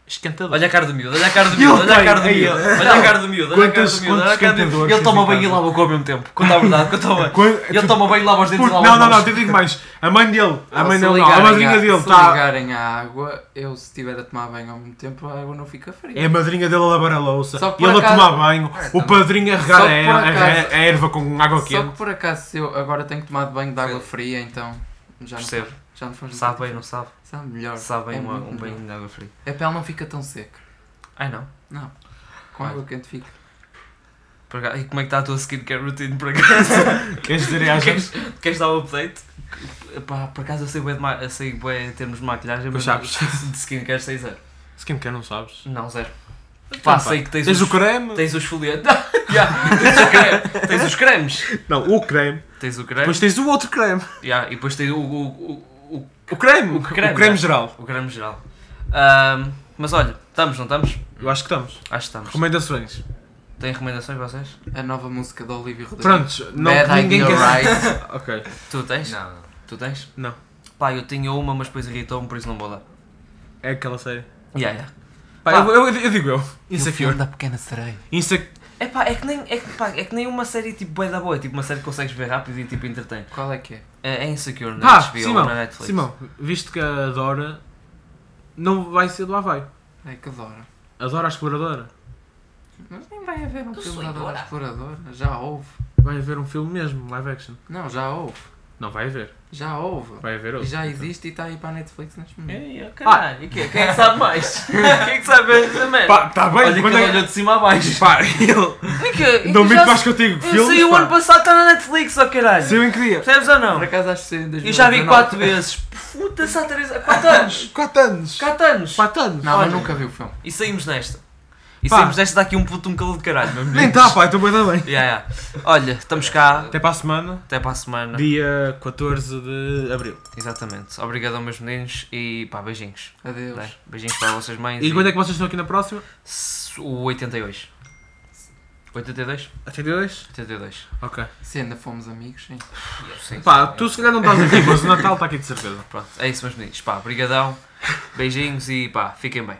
Speaker 3: Esquentador.
Speaker 1: Olha a cara do miúdo, olha a cara do
Speaker 3: Ele
Speaker 1: miúdo, olha a
Speaker 3: tem,
Speaker 1: cara do
Speaker 3: é
Speaker 1: miúdo,
Speaker 3: ele.
Speaker 1: olha a cara do miúdo, olha a cara
Speaker 3: Quantos-
Speaker 1: do miúdo, olha a
Speaker 3: quantos
Speaker 1: cara do miúdo.
Speaker 3: cantadores
Speaker 1: Ele toma
Speaker 3: tens em
Speaker 1: banho e
Speaker 3: casa?
Speaker 1: lava o cu ao mesmo tempo, conta a verdade, conta a banho.
Speaker 3: Quando-
Speaker 1: Ele
Speaker 3: tu-
Speaker 1: toma banho e lava os dentes e
Speaker 3: puto,
Speaker 1: lava
Speaker 3: não,
Speaker 1: as
Speaker 3: não,
Speaker 1: mãos.
Speaker 3: não, te digo mais. A mãe dele, a
Speaker 2: Ah,
Speaker 3: mãe
Speaker 2: se
Speaker 3: dele, não, a
Speaker 2: ligarem
Speaker 3: madrinha dele tá-
Speaker 2: se
Speaker 3: está.
Speaker 2: ligarem à água, eu se estiver a tomar banho ao mesmo tempo, a água não fica fria.
Speaker 3: É a madrinha dele a lavar a louça.
Speaker 2: Só que por
Speaker 3: Ele a
Speaker 2: acaso- É,
Speaker 3: tomar banho, o padrinho a regar
Speaker 2: Só
Speaker 3: a,
Speaker 2: que por
Speaker 3: a- a-
Speaker 2: acaso-
Speaker 3: a erva com água
Speaker 2: Só
Speaker 3: quente.
Speaker 2: que por acaso eu agora tenho que tomar de banho de água fria, então Já não,
Speaker 1: Percebo.
Speaker 2: já não faz
Speaker 1: Sabe bem,
Speaker 2: muita
Speaker 1: não sabe?
Speaker 2: diferença. Sabe melhor.
Speaker 1: Sabe bem
Speaker 2: É
Speaker 1: uma-
Speaker 2: muito
Speaker 1: um banho
Speaker 2: melhor.
Speaker 1: de água fria.
Speaker 2: A pele não fica tão seca.
Speaker 1: Ai não.
Speaker 2: Não. Com
Speaker 1: Olha.
Speaker 2: água quente fica.
Speaker 1: Por acaso- E como é que está a tua skincare routine por acaso?
Speaker 3: Queres dizer, às vezes?
Speaker 1: queres, queres dar o update? Pá, por acaso eu sei bem, de ma- eu sei bem em termos de maquilhagem,
Speaker 3: Pois
Speaker 1: mas
Speaker 3: sabes.
Speaker 1: de skincare sei zero.
Speaker 3: Skincare não sabes.
Speaker 1: Não, zero. Pá,
Speaker 3: pá,
Speaker 1: sei que tens,
Speaker 3: Tens
Speaker 1: os,
Speaker 3: o creme?
Speaker 1: tens os foliantes. Yeah, tens, o creme, tens os cremes.
Speaker 3: Não, o creme.
Speaker 1: Tens o creme.
Speaker 3: Depois tens o outro creme.
Speaker 1: yeah, e depois tens o, o, o, o,
Speaker 3: O creme.
Speaker 1: O creme,
Speaker 3: O creme
Speaker 1: é.
Speaker 2: né?
Speaker 3: geral.
Speaker 1: o creme geral. Ahm, mas olha, estamos, não estamos?
Speaker 3: Eu acho que estamos.
Speaker 1: Acho que estamos.
Speaker 3: Recomendações.
Speaker 1: Têm recomendações vocês?
Speaker 2: A nova música da Olivia Rodrigo.
Speaker 3: Prontos. Não,
Speaker 2: Bad
Speaker 3: ninguém
Speaker 2: Idea
Speaker 3: quer saber.
Speaker 2: Right.
Speaker 3: Ok.
Speaker 1: Tu tens?
Speaker 4: Não, não.
Speaker 1: Tu tens?
Speaker 3: Não.
Speaker 1: Pá, eu tinha uma, mas depois irritou-me, por isso não vou dar.
Speaker 3: É aquela série.
Speaker 1: Yeah, yeah.
Speaker 3: Pá,
Speaker 1: Pá.
Speaker 3: Eu, eu- eu digo eu. Insecure.
Speaker 2: filme da pequena sereia.
Speaker 3: Inse
Speaker 1: É pá, é que nem, é que, pá, é que nem uma série tipo bué da boa, é tipo uma série que consegues ver rápido e tipo entretém.
Speaker 2: Qual é que é?
Speaker 1: É, é Insecure na
Speaker 3: Ah,
Speaker 1: HBO,
Speaker 3: Simão,
Speaker 1: na Netflix.
Speaker 3: Simão, visto que a Dora não vai ser do Havaí.
Speaker 2: É que adora.
Speaker 3: A Dora a exploradora.
Speaker 2: Mas nem vai haver um
Speaker 4: Eu
Speaker 2: filme
Speaker 4: sou
Speaker 2: da Dora
Speaker 4: adora.
Speaker 2: Exploradora. Já houve.
Speaker 3: Vai haver um filme mesmo, live action.
Speaker 2: Não, já houve.
Speaker 3: Não, vai haver.
Speaker 2: Já houve.
Speaker 3: Vai haver
Speaker 2: E
Speaker 3: outro.
Speaker 2: já existe e está aí para a Netflix neste momento.
Speaker 3: Ah.
Speaker 1: Ei, oh, caralho, e quê? Quem é que sabe mais? Quem é que sabe mais da merda?
Speaker 3: Pá, tá bem,
Speaker 1: Olha que
Speaker 3: quando
Speaker 1: ele
Speaker 3: é...
Speaker 1: olhou de cima a baixo.
Speaker 3: Pá, ele...
Speaker 1: E que- e
Speaker 3: Não
Speaker 1: que
Speaker 3: me
Speaker 1: já
Speaker 3: mais contigo,
Speaker 1: se-
Speaker 3: filmes,
Speaker 1: Saiu o
Speaker 3: pá.
Speaker 1: ano passado, está na Netflix, ó caralho.
Speaker 3: Saiu em que dia?
Speaker 1: Percebes ou não?
Speaker 2: Por acaso acho que saiu em 2019.
Speaker 1: Eu já vi 4 vezes. Puta-se há 3 4 anos.
Speaker 3: 4 anos.
Speaker 1: 4 anos.
Speaker 3: 4 anos.
Speaker 2: Não, mas
Speaker 1: Olha.
Speaker 2: nunca vi o filme.
Speaker 1: E saímos nesta. E
Speaker 3: Pá.
Speaker 1: saímos nesta daqui um puto um calor de caralho, meu
Speaker 3: Nem
Speaker 1: menino.
Speaker 3: tá, pá, estou bem da bem.
Speaker 1: Yeah, yeah. Olha, estamos cá.
Speaker 3: Até para a semana,
Speaker 1: Até para a semana.
Speaker 3: dia 14 de abril.
Speaker 1: Exatamente. Obrigado aos meus meninos e pá, beijinhos.
Speaker 2: Adeus.
Speaker 1: Né? Beijinhos para vocês mães.
Speaker 3: E quando é que vocês estão aqui na próxima?
Speaker 1: S- O 82. 82?
Speaker 3: Até dia 2?
Speaker 1: 82.
Speaker 3: Ok.
Speaker 2: Se ainda fomos amigos, sim.
Speaker 1: Sim.
Speaker 3: Pá, tu se calhar não estás aqui, mas o Natal está aqui de certeza.
Speaker 1: Pronto, é isso meus meninos. Pá, brigadão. Beijinhos e pá, fiquem bem.